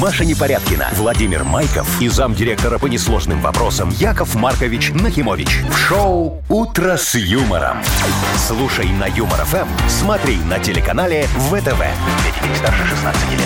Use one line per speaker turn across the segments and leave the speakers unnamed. Маша Непорядкина, Владимир Майков и замдиректора по несложным вопросам Яков Маркович Нахимович. В шоу «Утро с юмором». Слушай на Юмор ФМ, смотри на телеканале ВТВ. Для детей старше 16 лет.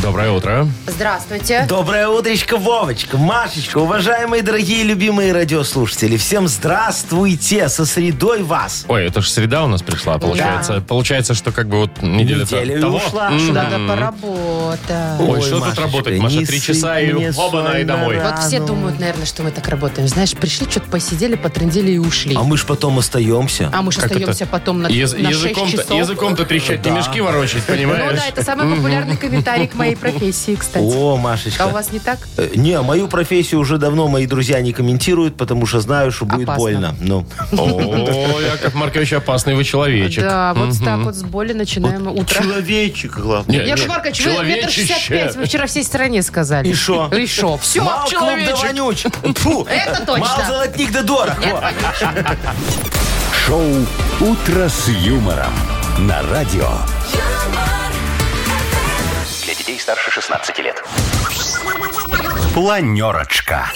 Доброе утро.
Здравствуйте.
Доброе утречко, Вовочка, Машечка, уважаемые, дорогие, любимые радиослушатели. Всем здравствуйте, со средой вас.
Ой, это же среда у нас пришла, получается. Получается, что как бы вот неделя,
Неделя ушла.
Надо поработать.
Ой, что тут работать, Маша,
не
три часа и
сыпь мне
оба-на
соль
и
на
домой.
рану.
Вот все думают, наверное, что мы так работаем. Знаешь, пришли, что-то посидели, потрындели и ушли.
А мы ж потом остаемся.
А мы же
Как
остаемся
это?
потом на,
Яз-
на 6
языком-то,
часов.
языком-то трещать, не мешки ворочать,
ну
понимаешь?
да, это самый популярный комментарий к моей профессии, кстати.
О,
А у
Машечка.
вас не так?
Э, Не, мою профессию уже давно мои друзья не комментируют, потому что знаю, что будет
Опасно.
больно. Ну,
О, Яков Маркович, опасный вы человечек.
Да, вот так вот с боли начинаем утро.
человечек, главное.
Не,
Яков
не,
Маркович, вы метр
человечище.
шестьдесят пять, вы вчера всей стране сказали.
И шо?
И шо? Все,
Мал клуб да
человечек.
вонюч. Фу.
Это точно.
Мал золотник да дорог. Во.
Шоу «Утро с юмором» на радио. Для детей старше 16 лет. Планерочка.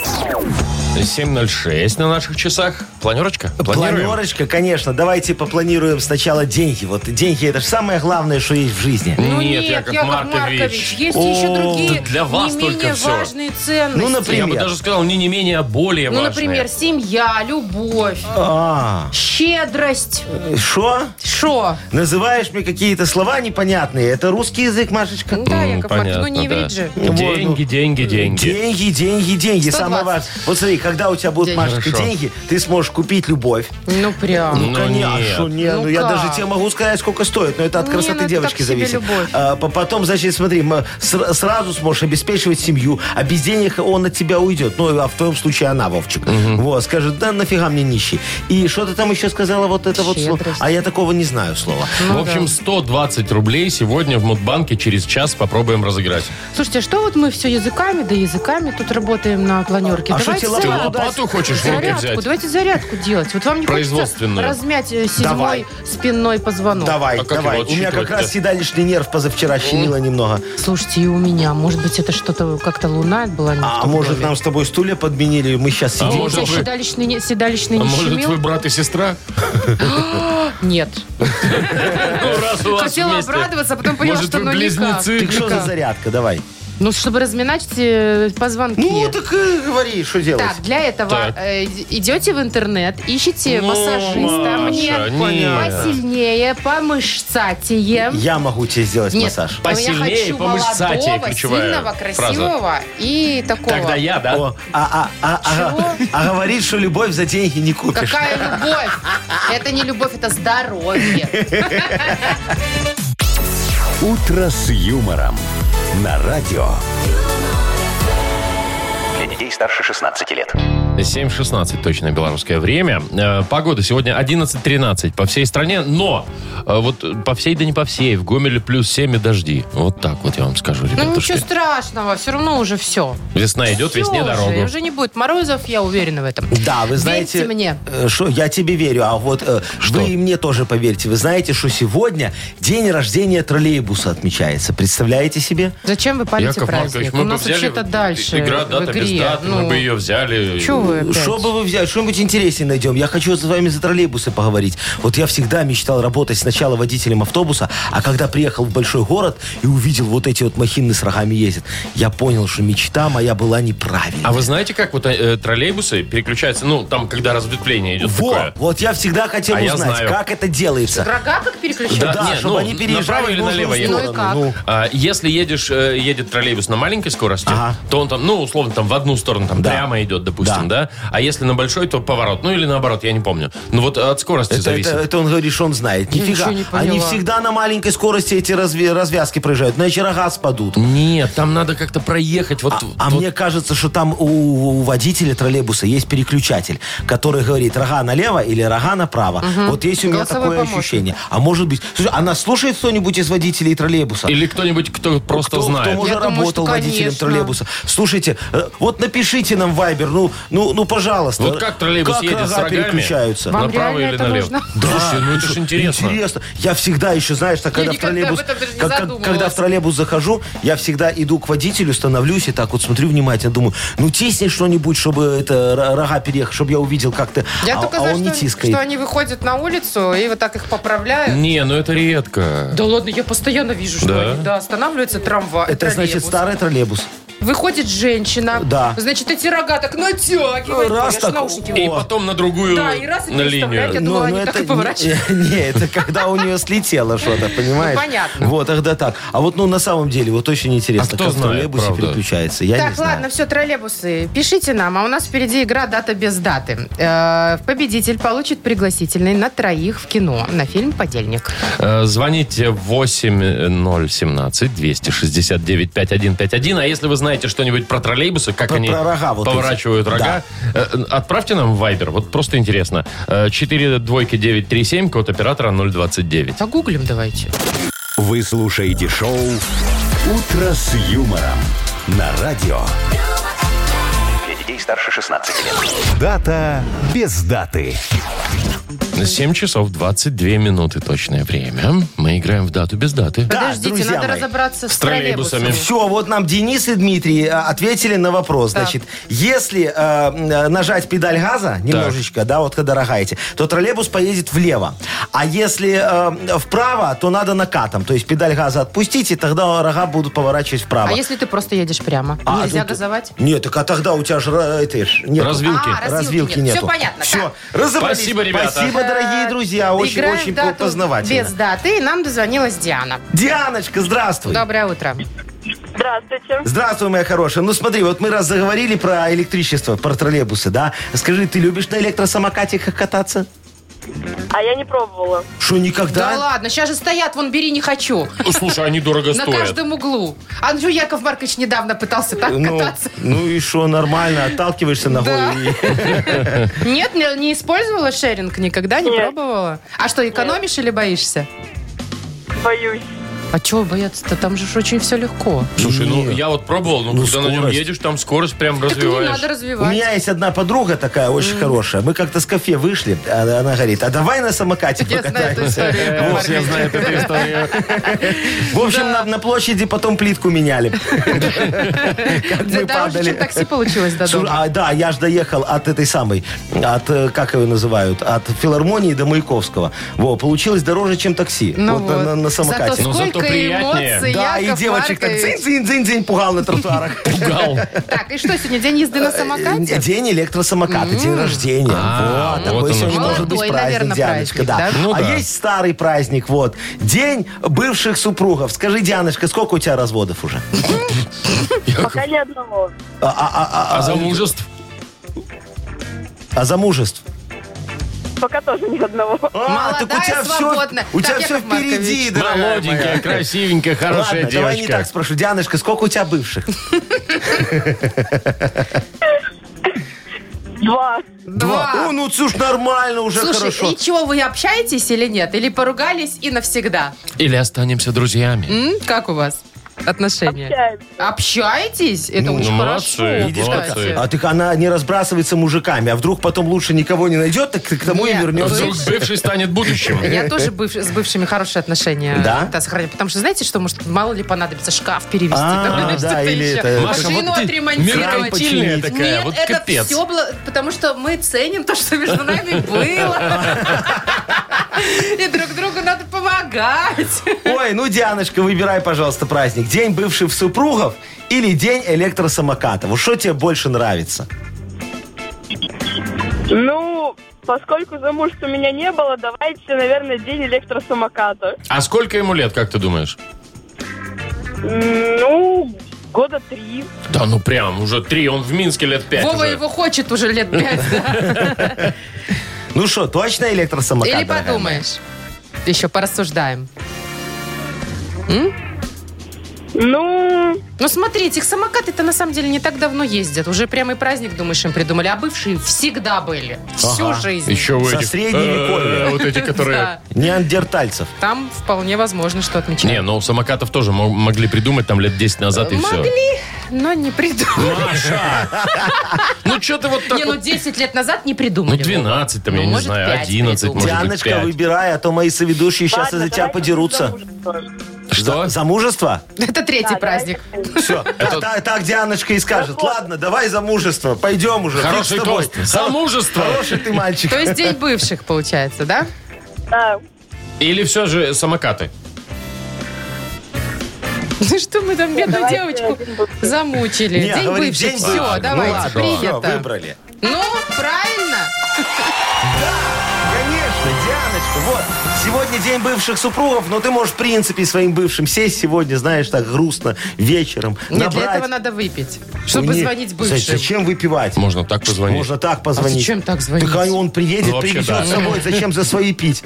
7.06 на наших часах. Планерочка? Планируем?
Планерочка, конечно. Давайте попланируем сначала деньги. Вот деньги это же самое главное, что есть в жизни.
Ну
Нет, Яков Маркович.
есть
О,
еще другие
для вас
не
только
менее
всё.
важные ценности.
Ну, например,
Я бы даже сказал, не не менее, а более
Ну,
важные.
например, семья, любовь,
А,
щедрость.
что?
Шо?
Называешь мне какие-то слова непонятные. Это русский язык, Машечка?
Ну да, Яков Маркович, ну
Понятно,
не
да.
иврит же. ну.
Деньги, деньги, деньги.
Деньги, деньги, деньги. Самое
120.
важное. Вот смотри, когда у тебя будут,
Деньги.
Машечка,
Хорошо.
деньги, ты сможешь купить любовь.
Ну прям.
Ну,
Конечно,
нет.
не, ну,
Ну
я
как?
даже тебе могу сказать, сколько стоит, но это от
Не,
красоты
ну это
девочки
так себе
зависит.
любовь.
А, по- потом, значит, смотри, м- сра- сразу сможешь обеспечивать семью, а без денег он от тебя уйдет. Ну, а в твоем случае она, Вовчик. Вот, скажет, да нафига мне нищий. И что ты там еще сказала, вот это вот слово?
Щедрость. Ну,
А я такого не знаю слова.
В общем, 120 рублей сегодня в Мудбанке через час попробуем разыграть.
Слушайте, а что вот мы все языками, да языками тут работаем на планерке?
А что
Давайте
тебе лопату
зарядку.
дать?
Лопату хочешь в руки
Зарядку,
взять?
давайте зарядку делать. Вот вам не хочется
Производственную.
размять э, седьмой
Давай.
спинной позвонок.
Давай,
а как
давай.
его
У меня как
отсчитывать-то? Ну.
раз седалищный нерв позавчера щемило немного.
Слушайте, и у меня. Может быть, это что-то как-то луна была не
Ну,
в
А
том
может,
доме.
нам с тобой стулья подменили, и мы сейчас
А
сидим.
У
может,
тебя
вы-
седалищный не, седалищный
А
не
может,
щемил?
вы брат и сестра?
Нет.
Ну, раз у вас
Хотела
вместе.
обрадоваться, а потом поняла,
Может,
что
вы
ну никак.
близнецы?
Ты что за зарядка? Давай.
Ну, чтобы разминать э, позвонки.
Ну, так и говори, что делать.
Так, для этого
Так.
э, идете в интернет, ищите
Ну,
массажиста
Маша,
мне
нет.
посильнее, помышцатее.
Я могу тебе сделать
Нет,
массаж.
но я
Посильнее,
а хочу
помышцатее,
молодого,
ключевая
сильного,
фраза.
красивого и такого.
Тогда я, да?
О, а, а, а, а,
Чего?
а говорит, что любовь за деньги не купишь.
Какая любовь? Это не любовь, это здоровье.
«Утро с юмором» на радио. Для детей старше 16 лет.
7.16 точно белорусское время. Э, Погода сегодня 11.13 по всей стране, но э, вот э, по всей, да не по всей, в Гомеле плюс 7 и дожди. Вот так вот я вам скажу,
Ну,
ребятушки.
ничего страшного, все равно уже все.
Весна идет, весне дорогу.
Уже не будет морозов, я уверена в этом.
Да, вы знаете...
Верьте мне.
э, Шо, я тебе верю, а вот э,
Что?
вы и мне тоже поверьте. Вы знаете, что сегодня день рождения троллейбуса отмечается. Представляете себе?
Зачем вы палите
Яков
праздник?
Маркович,
У
мы бы
нас
взяли...
вообще-то дальше
Игра дата
в игре.
без даты, мы
Ну,
бы ее взяли.
чё вы опять?
Что бы вы взяли? Что-нибудь интереснее найдем. Я хочу с вами за троллейбусы поговорить. Вот я всегда мечтал работать сначала водителем автобуса, а когда приехал в большой город и увидел вот эти вот махины с рогами ездят, я понял, что мечта моя была неправильной.
А вы знаете, как вот э, троллейбусы переключаются, ну, там, когда разветвление идет
Во,
такое?
вот я всегда хотел
А я
узнать,
знаю.
как это делается.
Рога как переключают?
Да,
Да,
не,
чтобы
ну,
они переезжали
направо или
в нужную
налево
сторону.
едут? Ну и как?
Ну,
А, Если едешь, э, едет троллейбус на маленькой скорости,
Ага.
то он там, ну, условно, там в одну сторону, там
Да.
прямо идет, допустим, да. А если на большой, то поворот. Ну, или наоборот, я не помню. Ну, вот от скорости
это,
зависит.
это- это он говорит, что он знает. Нифига.
ничего не поняла.
Они всегда на маленькой скорости эти разве- развязки проезжают, иначе рога спадут.
Нет, там надо как-то проехать. Вот,
А
вот-
мне кажется, что там у, у водителя троллейбуса есть переключатель, который говорит рога налево или рога направо. Вот есть у меня
Голосовой
такое
помощник.
ощущение. А может быть, слушай, а нас слушает кто-нибудь из водителей троллейбуса?
Или кто-нибудь, кто просто
кто,
знает.
кто уже
Я думаю,
работал
что,
водителем
конечно.
троллейбуса. Слушайте, э, вот напишите нам Вайбер, ну, ну Ну, ну пожалуйста.
Вот как троллейбус едет с
рога
рогами?
переключаются? А,
Вам
Направо
реально
или
это
налево?
нужно?
Да. Слушай, ну это ж
Слушай,
интересно.
Я всегда еще, знаешь, так, когда в
никогда
троллейбус,
об этом даже не
как- как-
задумывалась.
когда в троллейбус захожу, я всегда иду к водителю, становлюсь и так вот смотрю внимательно, думаю, ну тисни что-нибудь, чтобы это ро- рога переехал, чтобы я увидел, как ты.
Я
а,
только
а
знаю,
он не
что,
тискает.
что они выходят на улицу и вот так их поправляют.
Не, ну это редко.
Да ладно, я постоянно вижу, что
Да?
они, да, останавливается трамвай.
Это значит
троллейбус.
старый троллейбус.
Выходит женщина.
Да.
Значит, эти рога так натягивают.
Раз
Я ж
так,
наушники
о,
И
вырвала.
потом на другую
Да, и раз и
на
переставлять,
линию.
это- думала, они так и
Ну, не-
поворачиваются.
не, это когда у нее слетело что-то, понимаешь?
Ну, понятно.
Вот, тогда так. А вот, ну, на самом деле, вот очень интересно,
А кто
как в
знает,
троллейбусе
правда?
переключается. Я не
Так,
знаю.
ладно, все, троллейбусы, пишите нам, а у нас впереди игра «Дата без даты». Э, победитель получит пригласительный на троих в кино на фильм «Подельник».
Э, Звоните 8017 269 5151. А если вы знаете что-нибудь про троллейбусы, как
Про-
они
про рога вот
поворачивают
эти.
рога, э, отправьте нам в Viber. Вот просто интересно. 4 двойки 937, код оператора 029.
Погуглим давайте.
Вы слушаете шоу «Утро с юмором» на радио.
Для детей старше 16 лет.
Дата без даты.
7 часов 22 минуты точное время. Мы играем в дату без даты.
Да,
Подождите,
друзья
надо
мои.
разобраться с,
С троллейбусами.
Все, вот нам Денис и Дмитрий а, ответили на вопрос. Значит, если э, м, нажать педаль газа немножечко, да, вот когда рогаете, то троллейбус поедет влево. А если э, вправо, то надо накатом. То есть педаль газа отпустите, тогда рога будут поворачивать вправо.
А если ты просто едешь прямо?
А,
Нельзя
тут-
газовать?
Нет, так а тогда у тебя же э, этой ж нету.
Развилки.
А,
Развилки
нет.
нету.
Все понятно.
Все,
так.
разобрались.
Спасибо, ребята.
Спасибо, дорогие друзья.
Э, играем в
Очень-очень
дату
познавательно.
Без даты. И нам дозвонилась Диана.
Дианочка, здравствуй.
Доброе утро.
Здравствуйте.
Здравствуй, моя хорошая. Ну смотри, вот мы раз заговорили про электричество, про троллейбусы, да? Скажи, ты любишь на электросамокатиках кататься?
А я не пробовала.
Что,
Да?
никогда?
ладно, сейчас же стоят, вон бери, не хочу.
Ну, Слушай, они дорого
На
стоят.
каждом углу. Андрю Яков Маркович недавно пытался так
ну,
кататься.
ну и что, нормально, отталкиваешься ногой.
Да.
и-
Нет, не, не использовала шеринг никогда, не
Нет.
пробовала? А что, экономишь или боишься?
Боюсь.
А чего бояться-то? Там же ж очень все легко.
Слушай, ну
Нет.
я вот пробовал, но
Ну,
когда на нем
скорость.
едешь, там скорость прям
Так ну,
развиваешь.
надо
У
развивать.
меня есть одна подруга такая, очень хорошая. Мы как-то с кафе вышли, а она говорит, а давай на самокате
Я знаю эту
покатаемся.
историю. Яков
Вот, я
Маркович.
знаю эту историю.
В общем, на, на площади потом плитку меняли. Как
Да
мы
Дороже, чем
падали.
такси получилось до
Слушай,
дома.
а, да, я же доехал от этой самой, от, э, как ее называют, от филармонии до Маяковского. Во, получилось дороже, чем такси.
Ну
вот, на-
вот.
На, на самокате.
Зато
Ну, зато
сколько
приятнее.
эмоций,
да, и
Яков
девочек так
Маркович.
дзинь-дзинь-дзинь-дзинь пугал на тротуарах.
Пугал.
Так, и что сегодня, день езды на самокате?
Э, День электрросамоката, день рождения.
А,
Вот,
вот
такой
оно
сегодня
что.
может быть
Молодой,
праздник,
наверное,
Дианочка,
праздник,
да.
да?
Ну
А
да.
есть старый праздник, вот. День бывших супругов. Скажи, Дианочка, сколько у тебя разводов уже?
Пока ни одного.
А- а- а-
А замужеств?
а- А замужеств?
Пока тоже ни одного.
А, так у
Молодая,
тебя всё-
свободная.
У
Так,
тебя все
Яков Маркович.
впереди, дорогая моя.
Молоденькая, красивенькая, хорошая
Ладно, давай не так
девочка.
спрошу. Дианочка, сколько у тебя бывших?
Два.
Два.
О, ну, слушай, нормально уже,
Слушай,
хорошо.
и чего, вы общаетесь или нет? Или поругались и навсегда?
Или останемся друзьями.
М? Как у вас отношения?
Общаемся.
Общаетесь? Это
Ну,
очень
молодцы,
хорошо.
видишь,
кстати.
молодцы.
А так она не разбрасывается мужиками, а вдруг потом лучше никого не найдет, так к тому и
Нет, ну
вернется.
Вдруг бывший станет будущим.
Я тоже быв- с бывшими хорошие отношения
Да?
сохраняю. Потому что знаете, что может мало ли понадобится шкаф перевести,
А,
там,
да,
что-то
или
еще.
это-
Маша,
машину
вот ты
отремонтировать.
меркантильная
Нет,
такая,
Нет,
вот
это
капец.
все было, потому что мы ценим то, что между нами было. И друг другу надо помогать.
Ой, ну, Дианочка, выбирай, пожалуйста, праздник. День бывших супругов или день электросамоката? Вот что тебе больше нравится?
Ну, поскольку замужества у меня не было, давайте, наверное, день электросамоката.
А сколько ему лет, как ты думаешь?
М, Ну, года три.
Да ну прям, уже три, он в Минске лет пять
Вова
уже.
его хочет уже лет пять. да.
Ну что, точно электросамокат?
Или
дорогая моя?
подумаешь. Еще порассуждаем.
Ну,
Ну, смотрите, их самокаты-то на самом деле не так давно ездят. Уже прямо и праздник, думаешь, им придумали. А бывшие всегда были. Всю
Ага.
жизнь.
Еще у
Со
этих...
средневековья.
э, Вот эти, которые...
Да.
Неандертальцев.
Там вполне возможно, что отмечают.
Не, ну самокатов тоже мо- могли придумать там лет 10 назад и все.
Могли, но не придумали.
Маша! Ну, что ты вот так
Не, ну
вот...
10 лет назад не
Ну,
придумали. Вова.
12, там,
Ну,
я не
может,
знаю,
пять
11,
придумали.
может быть,
Дианочка,
5.
выбирай, а то мои соведущие сейчас
Ладно,
из-за тебя
давайте
подерутся.
замужество.
Что?
За- Замужество?
Это третий
Да,
праздник.
давайте.
Все, так, так Дианочка и скажет. Ладно, давай замужество, пойдем уже. фиг с
Хороший
тобой.
тост. Замужество.
Хороший ты мальчик.
То есть день бывших, получается, да?
Да.
Или все же самокаты?
Ну Что мы там бедную
давайте
девочку
один бывший.
замучили?
Не,
День
говорит,
бывших.
день
Все,
бывших. Ну,
давайте,
ладно, всё,
принято.
выбрали.
Ну, правильно.
Конечно, Дианочка, вот. Сегодня день бывших супругов, но ты можешь, в принципе, своим бывшим сесть сегодня, знаешь, так грустно, вечером.
Нет,
набрать.
для этого надо выпить, чтобы
Не,
звонить
за-
бывшим.
Зачем выпивать?
Можно так позвонить.
Можно так позвонить.
А зачем так звонить?
Так а он приедет,
Ну, вообще,
привезет
да.
с собой, зачем за свои пить?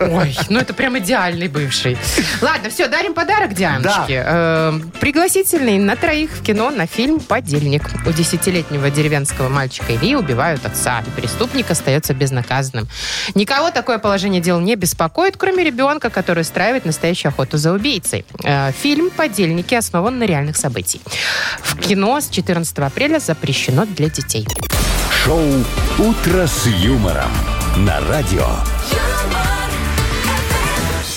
Ой, ну это прям идеальный бывший. Ладно, все, дарим подарок Дианочке. Эм, пригласительный на троих в кино на фильм «Подельник». У десятилетнего деревенского мальчика Ильи убивают отца, и преступник остается безнаказанным. Никого такое положение дел не беспокоит, кроме ребенка, который устраивает настоящую охоту за убийцей. Э, фильм «Подельники» основан на реальных событиях. В кино с 14 апреля запрещено для детей.
Шоу «Утро с юмором» на радио.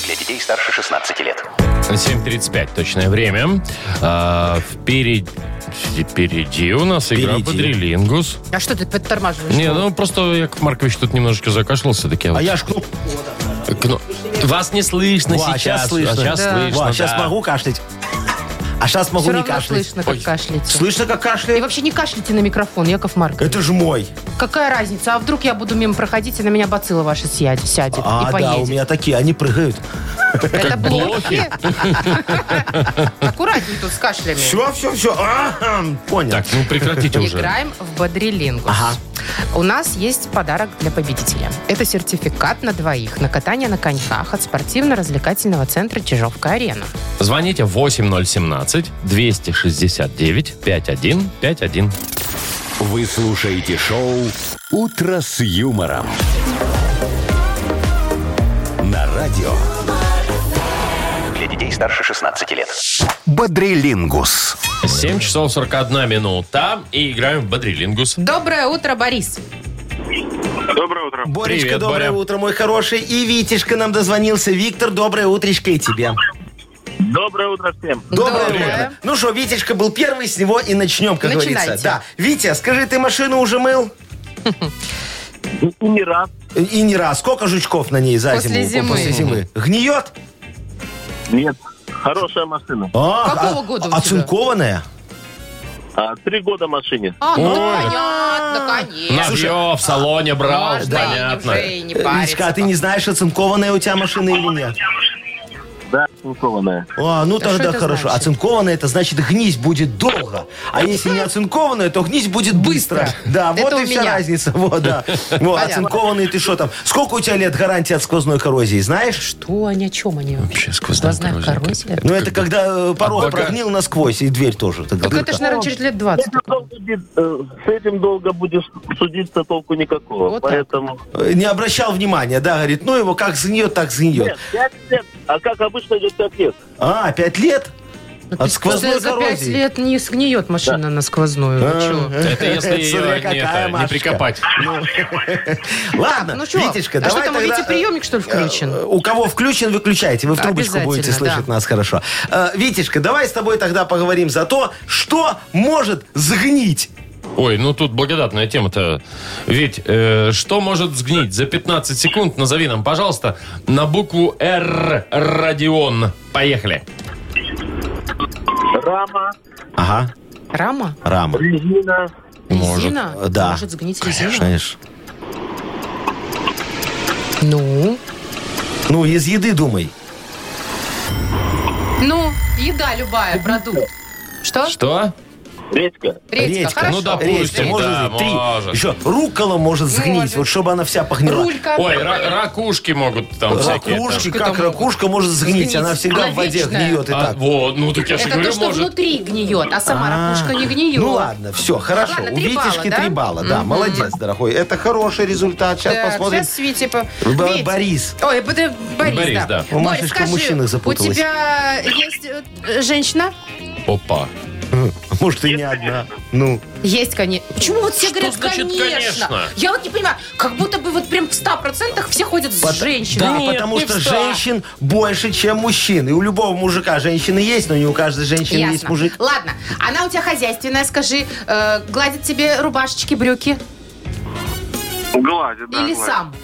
Для детей старше 16 лет.
7.35 точное время. А, вперед- Впереди у нас игра
Впереди.
Бодрилингус.
А что ты подтормаживаешь?
Не, ну просто Яков Маркович тут немножечко закашлялся, так я
А
вот
я ж ну,
Кно- Вас не слышно
Во,
сейчас.
щас слышно.
сейчас
Да.
а слышно, да.
сейчас могу кашлять. А сейчас могу
Все
не
равно
кашлять.
слышно, как
Ой.
кашляете.
Слышно, как
И
кашляет?
вообще не кашляйте на микрофон, Яков Марк.
Это же мой.
Какая разница? А вдруг я буду мимо проходить, и на меня бацилла ваша сядет, сядет
А,
и
да,
поедет?
у меня такие, они прыгают.
Это
Как блохи.
блохи. Аккуратней тут с кашлями.
Все, все, все. Понял.
Так, ну прекратите уже.
Играем в Бодрилингус.
Ага.
У нас есть подарок для победителя. Это сертификат на двоих на катание на коньках от спортивно-развлекательного центра Чижовка-Арена.
Звоните 8017-269-5151.
Вы слушаете шоу «Утро с юмором». На радио
Для детей старше 16 лет.
«Бодрилингус».
7 часов 41 минута и играем в Бодрилингус.
Доброе утро, Борис.
Доброе утро.
Боречка,
Привет,
доброе
Боря.
утро, мой хороший. И Витишка нам дозвонился. Виктор, доброе утречко и тебе.
Доброе утро всем.
Доброе
Доброе.
утро. Ну что, Витечка был первый, с него и начнем, как
Начинайте.
говорится. Да. Витя, скажи, ты машину уже мыл?
И не раз.
И не раз. Сколько жучков на ней за
После
зиму?
зимы.
После зимы. Гниет?
Нет. Хорошая машина.
А,
Какого
а-
года у тебя?
Оцинкованная?
А, три года машине.
А, ну
Ой.
понятно, конечно.
Набьё, в салоне брал,
а Можно и
понятно.
уже и не
Витечка, а
париться.
ты не знаешь, оцинкованная у тебя машина или нет?
Да, оцинкованная.
А, ну
Да что
тогда
это
хорошо.
значит?
Оцинкованная, это значит гнить будет долго. А если не оцинкованная, то гнить будет быстро.
Быстро.
Да,
Это
вот
у
и вся
меня.
разница. Вот, да. Вот,
Понятно.
оцинкованные ты что там? Сколько у тебя лет гарантии от сквозной коррозии, знаешь?
Что они, о чем они вообще?
Вообще сквозная
Сквозная
коррозия.
коррозия?
Ну, это когда э, порог
бага-
прогнил насквозь, и дверь тоже. Так
А Так это ж, наверное, через лет 20.
Этим долго будет, э, С этим долго будешь судиться, толку никакого.
Вот так.
Поэтому...
э, Не обращал внимания, да, говорит, ну его как сгниет, так сгниет.
Нет, пять лет. А как обычно идет пять лет?
А, пять лет?
Ну,
От сквозной
За- За пять
коррозии.
лет не сгниет машина на сквозную.
А,
Вы чё?
Это если
Это смотря
ее не,
какая
это, не
Машечка.
прикопать.
Ладно,
Ну что,
Витечка,
а что
давай
там,
тогда,
видите, приемник, что ли,
Э,
включен?
У кого включен, выключайте. Вы в трубочку
Обязательно,
будете слышать
да.
нас хорошо. Э, Витечка, давай с тобой тогда поговорим за то, что может сгнить.
Ой, ну тут благодатная тема-то. Ведь э, что может сгнить за 15 секунд? Назови нам, пожалуйста, на букву «Р» Родион. Поехали.
Рама,
Ага,
Рама?
рама.
резина,
Резина?
Э, Да.
Может сгнить резина?
Конечно.
Ну?
Ну, из еды думай.
Ну, еда любая, продукт. Что?
Что?
редька.
Редька,
Редька.
хорошо.
Ну, допустим.
Редька,
да,
может сгнить. Три.
может.
Еще руккола может сгнить,
Может.
вот чтобы она вся погнила.
Рулька.
Ой, ра- ракушки могут там Ну, всякие. там.
Ракушки,
там.
как ракушка может сгнить,
Сгнить.
она всегда
Она
в воде
вечная.
гниет и
А,
так.
вот, ну так я же
Это то,
говорю,
что
может.
внутри гниет, а сама
А,
ракушка не гниет.
Ну ладно, все, хорошо.
Ладно,
У
три балла,
Витечки
да?
три балла, да. Молодец, дорогой. Это хороший результат. Сейчас
Так,
посмотрим.
Сейчас Вити по...
Б-
Вить.
Борис.
Ой, Б- Борис,
Борис, да.
да.
У
Борис,
Машечка в
скажи,
мужчинах
у
запуталась.
тебя есть э, женщина?
Опа.
А может, и не одна. Ну,
Есть, конечно. Почему вот все говорят,
значит
конечно?
«конечно»?
Я вот не понимаю, как будто бы вот прям в 100% все ходят с
пот- Да,
женщинами.
потому
не
что
в ста.
женщин больше, чем мужчин. И у любого мужика женщины есть, но не у каждой женщины
Ясно.
есть мужик.
Ладно, она у тебя хозяйственная, скажи, э, гладит тебе рубашечки, брюки
Гладит, да.
или
гладит.
сам?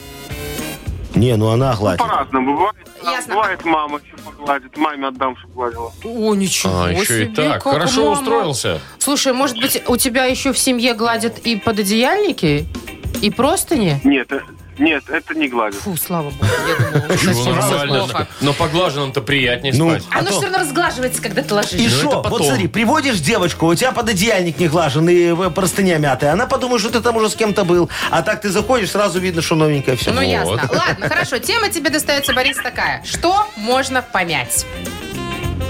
Не, ну она гладит.
По-разному бывает.
Ясно.
Бывает, мама еще погладит. Маме отдам, чтобы гладила.
О, ничего
А, еще и
себе,
так.
как
Хорошо
мама.
устроился.
Слушай, может быть, у тебя еще в семье гладят и пододеяльники, и простыни?
Нет, э, нет, это не гладит.
Фу, слава богу, я думала, уже
Чего,
совсем все
нормально
плохо.
же. Но поглаженным-то приятнее
Ну,
спать.
а
Оно
то-
все равно разглаживается, когда ты
И
ложишься.
Ну,
шо?
это
Вот
потом.
смотри, приводишь девочку, у тебя пододеяльник не глажен и э, простыня мятая. Она подумает, что ты там уже с кем-то был. А так ты заходишь, сразу видно, что новенькое все.
Ну, ясно.
Вот.
Ладно, хорошо. Тема тебе достается, Борис, такая. Что можно помять?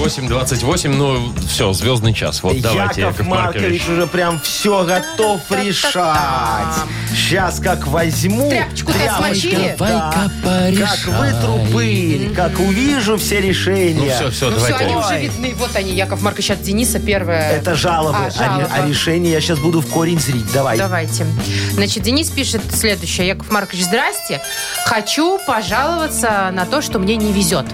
8.28, ну все, звездный час. Вот давайте, Яков, Маркович.
уже прям все готов решать. Сейчас как возьму...
Тряпочку-то смочили?
да, Как вытру пыль, как увижу все
Ну
решения.
все, все,
ну все,
давайте.
они
Ой.
уже видны. Вот они, Яков Маркович от Дениса первая.
Это жалобы.
А,
А,
жалобы.
а решение я сейчас буду в корень зрить. Давай.
Давайте. Значит, Денис пишет следующее. Яков Маркович, здрасте. Хочу пожаловаться на то, что мне не везет.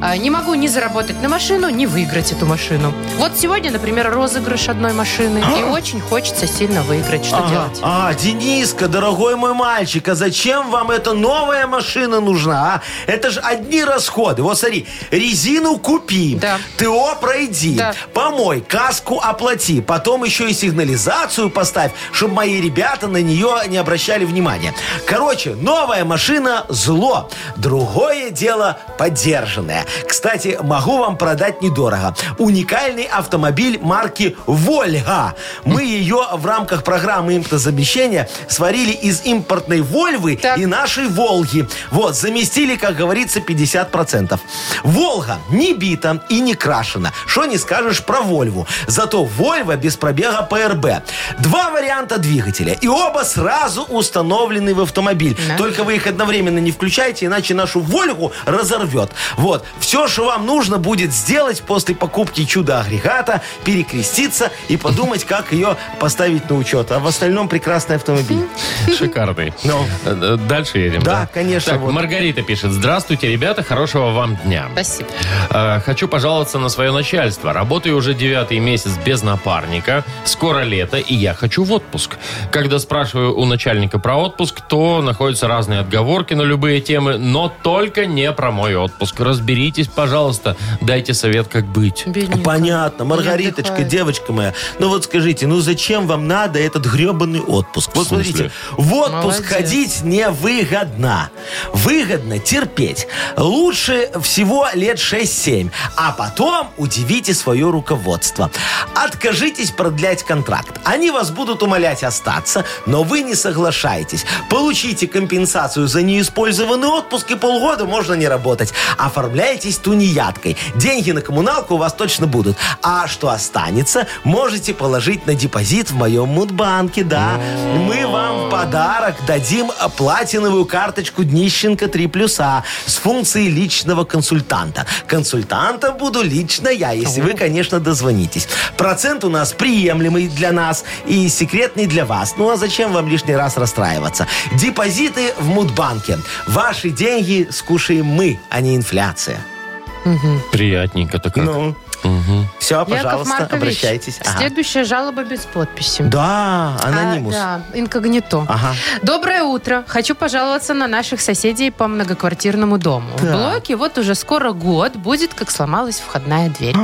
А, Не могу ни заработать на машину, ни выиграть эту машину. Вот сегодня, например, розыгрыш одной машины. И очень хочется сильно выиграть. Что
Ага.
делать?
А, Дениска, дорогой мой мальчик, а зачем вам эта новая машина нужна? а? Это же одни расходы. Вот смотри, резину купи,
Да.
ТО пройди,
Да.
помой, каску оплати, потом еще и сигнализацию поставь, чтобы мои ребята на нее не обращали внимания. Короче, новая машина – зло. Другое дело – подержанное. Кстати, могу вам продать недорого. Уникальный автомобиль марки «Вольга». Мы ее в рамках программы импортозамещения сварили из импортной «Вольвы»
Так.
и нашей «Волги». Вот, заместили, как говорится, 50%. «Волга» не бита и не крашена. Что не скажешь про «Вольву». Зато «Вольва» без пробега ПРБ. Два варианта двигателя. И оба сразу установлены в автомобиль.
Да.
Только вы их одновременно не включайте, иначе нашу «Вольгу» разорвет. Вот. Все, что вам нужно будет сделать после покупки чудо-агрегата, перекреститься и подумать, как ее поставить на учет. А в остальном прекрасный автомобиль.
Шикарный. Э, э, Дальше едем, да?
Ну. Да, конечно,
Так,
вот.
Маргарита пишет. Здравствуйте, ребята, хорошего вам дня.
Спасибо.
Э, Хочу пожаловаться на свое начальство. Работаю уже девятый месяц без напарника. Скоро лето, и я хочу в отпуск. Когда спрашиваю у начальника про отпуск, то находятся разные отговорки на любые темы, но только не про мой отпуск. Разберитесь, пожалуйста. Да дайте совет, как быть.
Бедненько.
А Понятно, Маргариточка,
отдыхает.
девочка моя. Ну вот скажите, ну зачем вам надо этот гребаный отпуск? Вот
В смысле?
смотрите, в отпуск
Молодец.
ходить невыгодно. Выгодно терпеть. Лучше всего лет 6-7. А потом удивите свое руководство. Откажитесь продлять контракт. Они вас будут умолять остаться, но вы не соглашаетесь. Получите компенсацию за неиспользованный отпуск и полгода можно не работать. Оформляйтесь тунеядкой. Деньги на коммуналку у вас точно будут. А что останется, можете положить на депозит в моем мудбанке, да. Мы вам в подарок дадим платиновую карточку Днищенко 3 плюса с функцией личного консультанта. Консультантом буду лично я, если вы, конечно, дозвонитесь. Процент у нас приемлемый для нас и секретный для вас. Ну а зачем вам лишний раз расстраиваться? Депозиты в Мудбанке. Ваши деньги скушаем мы, а не инфляция.
Приятненько так. как.
Ну. Все,
Яков
пожалуйста,
Маркович,
обращайтесь. Ага.
следующая жалоба без подписи.
Да, анонимус.
А, да, инкогнито.
Ага.
Доброе утро. Хочу пожаловаться на наших соседей по многоквартирному дому. В
Так.
блоке вот уже скоро год будет, как сломалась входная дверь.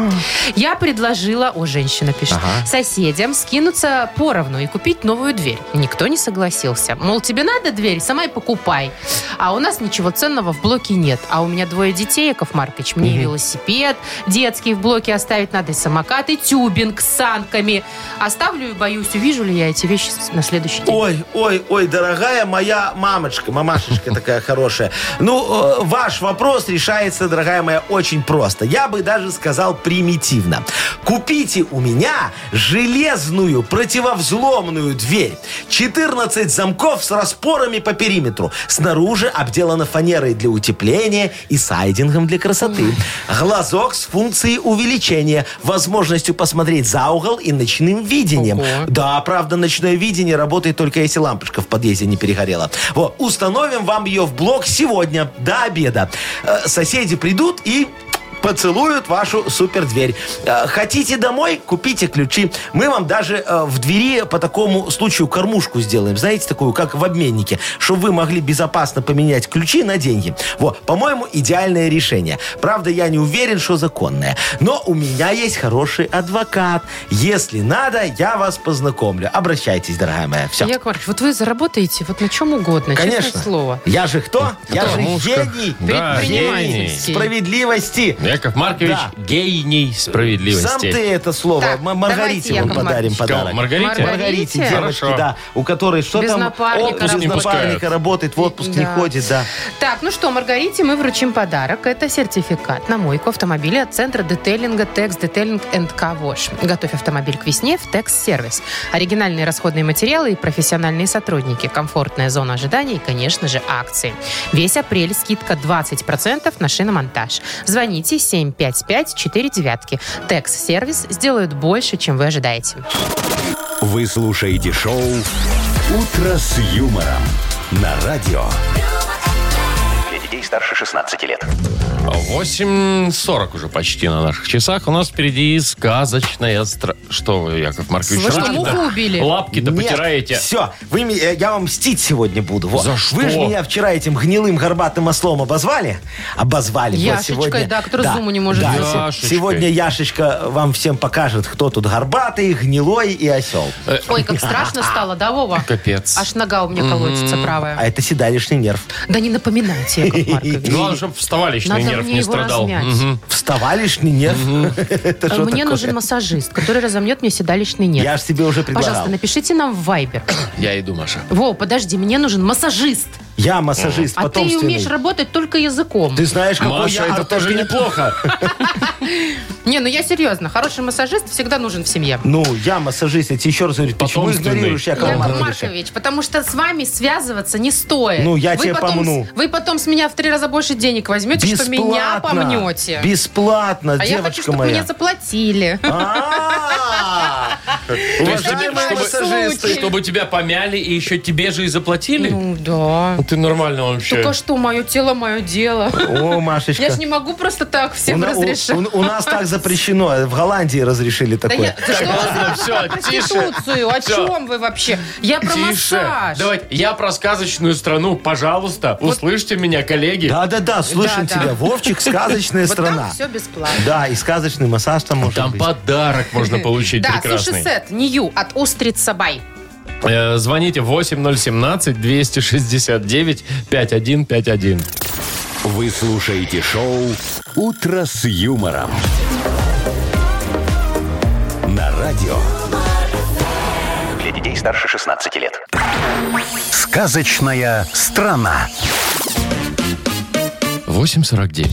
Я предложила, о, женщина пишет,
А. Ага.
соседям скинуться поровну и купить новую дверь. Никто не согласился. Мол, тебе надо дверь, сама и покупай. А у нас ничего ценного в блоке нет. А у меня двое детей, Яков Маркович. Мне и велосипед детский в блоке оставить надо, и самокат, и тюбинг с санками. Оставлю и боюсь, увижу ли я эти вещи с- на следующий день.
Ой, ой, ой, дорогая моя мамочка, мамашечка такая хорошая. Ну, э, ваш вопрос решается, дорогая моя, очень просто. Я бы даже сказал примитивно. Купите у меня железную противовзломную дверь. 14 замков с распорами по периметру. Снаружи обделана фанерой для утепления и сайдингом для красоты. Глазок с функцией увеличения, возможностью посмотреть за угол и ночным видением.
Ого.
Да, правда, ночное видение работает только если лампочка в подъезде не перегорела. Вот, установим вам ее в блок сегодня, до обеда. Э, Соседи придут и поцелуют вашу супер дверь. Хотите домой? Купите ключи. Мы вам даже э, в двери по такому случаю кормушку сделаем. Знаете, такую, как в обменнике, чтобы вы могли безопасно поменять ключи на деньги. Вот, по-моему, идеальное решение. Правда, я не уверен, что законное. Но у меня есть хороший адвокат. Если надо, я вас познакомлю. Обращайтесь, дорогая моя. Все.
Яков Маркович, вот вы заработаете вот на чем угодно,
Конечно.
честное слово.
Я же кто? Я же
Кормушка.
гений.
Да,
Предпринимательский.
гений.
Справедливости.
Яков Маркович,
Да.
гений справедливости.
Сам ты это слово.
Так,
М- Маргарите
давайте,
вам
Яков
подарим
Маркович.
Кого,
подарок.
Маргарите?
Маргарита. Маргарите?
Маргарите, девочке,
Хорошо.
да, у которой что
Без
там?
напарника
отпуск, без
работает.
напарника работает, в отпуск не
Да.
ходит, да.
Так, ну что, Маргарите мы вручим подарок. Это сертификат на мойку автомобиля от центра детейлинга Tex Detailing К Wash. Готовь автомобиль к весне в Tex Сервис. Оригинальные расходные материалы и профессиональные сотрудники, комфортная зона ожидания и, конечно же, акции. Весь апрель скидка 20% на шиномонтаж. Звоните 755-49. Tex Сервис сделают больше, чем вы ожидаете.
Вы слушаете шоу «Утро с юмором» на радио.
Для детей старше 16 лет.
8.40 уже почти на наших часах. У нас впереди сказочная... стра- Что вы, Яков Маркович,
Вы что,
лапки-то-
муху убили?
Лапки-то потираете.
Все, вы, ме- э, я вам мстить сегодня буду. Вот.
За что?
Вы же меня вчера этим гнилым горбатым ослом обозвали? Обозвали. Вот
Яшечкой,
сегодня,
да, который зуму не может
да,
делать.
се-
Яшечкой.
Сегодня Яшечка вам всем покажет, кто тут горбатый, гнилой и осел.
Ой, как страшно стало, да, Вова?
Капец.
Аж нога у меня колотится правая.
А это седалищный нерв.
Да не напоминайте, Яков Маркович.
Главное, чтобы вставалищный
Надо
Ну, а нерв
мне
не
его
страдал.
размять. Э,
Мгм.
Вставалищный нерв. Это что
Мне
такое?
нужен массажист, который разомнет мне седалищный нерв.
Я ж тебе уже предлагал.
Пожалуйста, напишите нам в Viber.
Я иду, Маша.
Во, подожди, мне нужен массажист.
Я массажист
А ты умеешь
потомственный.
работать только языком.
Ты знаешь, какой
Маша,
я
это тоже
ортопед.
неплохо.
Не, ну я серьезно. Хороший массажист всегда нужен в семье.
Ну, я массажист, я тебе еще раз говорю, почему
Потомственный.
игнорируешь Якова
Яков
Марковича?
Маркович, потому что с вами связываться не стоит.
Ну, я
Вы
тебе
потом с-
помну.
Вы потом с меня в три раза больше денег возьмете, что меня помнете.
Бесплатно,
а я хочу,
девочка
чтобы
моя.
мне заплатили.
А, Уважаемые
чтобы-
массажисты.
Чтобы тебя помяли и еще тебе же и заплатили?
Ну да.
Ты нормально вообще.
Только что, мое тело, мое дело.
О, Машечка.
Я ж не могу просто так всем
у, на- у-
разрешать.
у- у нас так запрещено. В Голландии разрешили
Да я,
такое.
ты что вы за
всё, тише.
проституцию? О
Всё.
чем вы вообще? Я про массаж.
Давайте. Я про сказочную страну. Пожалуйста, услышьте меня, коллеги.
Да-да-да, слышим
Да-да.
тебя. Вовчик, сказочная
Вот там
страна.
все бесплатно.
Да, и сказочный массаж там может
Там
быть.
подарок можно получить
Да,
прекрасный.
суши-сет Нью от Устриц Сабай.
Э, Звоните 8017-269-5151.
Вы слушаете шоу «Утро с юмором». На радио
Для детей старше 16 лет.
«Сказочная страна».
8.49.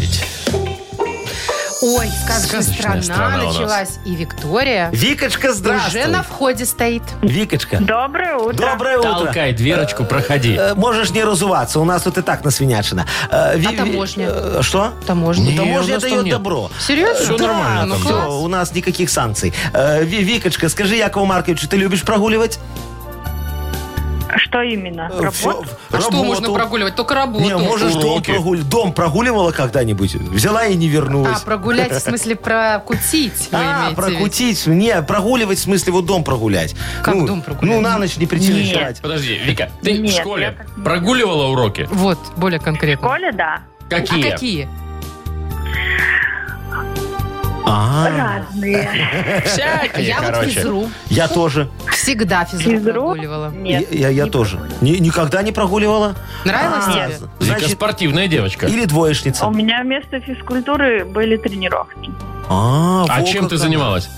Ой, сказочная,
Сказочная
страна,
страна у нас.
началась. И Виктория
Викочка, здравствуй.
уже на входе стоит.
Викочка,
Доброе утро.
доброе утро.
Толкай дверочку, проходи.
Э, Можешь не разуваться, у нас тут и так насвинячено. Э, ви-
А таможня?
э, Что?
Таможня.
Не, у
Таможня
нас там
дает
нет.
добро.
Серьезно?
Всё
Да,
нормально
ну
там,
класс.
Все, у нас никаких санкций. Э, Ви- Викочка, скажи Якову Марковичу, ты любишь прогуливать?
Что именно?
Э, всё, в-
А
А
Что можно
работу.
прогуливать? Только работу.
Не, можешь дом,
Уроки.
прогуль... дом прогуливала когда-нибудь? Взяла и не
А,
вернулась.
прогулять, в смысле, прокутить. вы
А,
имеете в виду?
прокутить. Не, прогуливать в смысле вот дом прогулять.
Как
ну,
дом прогулять?
Ну, на ночь не прийти
Нет.
ночевать.
Подожди, Вика, ты
Нет,
в
я
школе
так не
прогуливала уроки?
Вот, более
В
конкретно.
школе, да.
Какие?
А какие?
А,
Разные.
Всякие,
Я вот
короче.
физру.
я тоже.
Всегда физру,
Физрук?
Э,
прогуливала.
Нет.
я я, я
не
тоже.
прогуливала.
Ни- никогда не прогуливала?
Нравилось
А,
тебе?
Вика
Значит,
спортивная девочка.
или двоечница.
А У меня вместо физкультуры были тренировки.
А,
А
во
чем
как
ты
она.
занималась?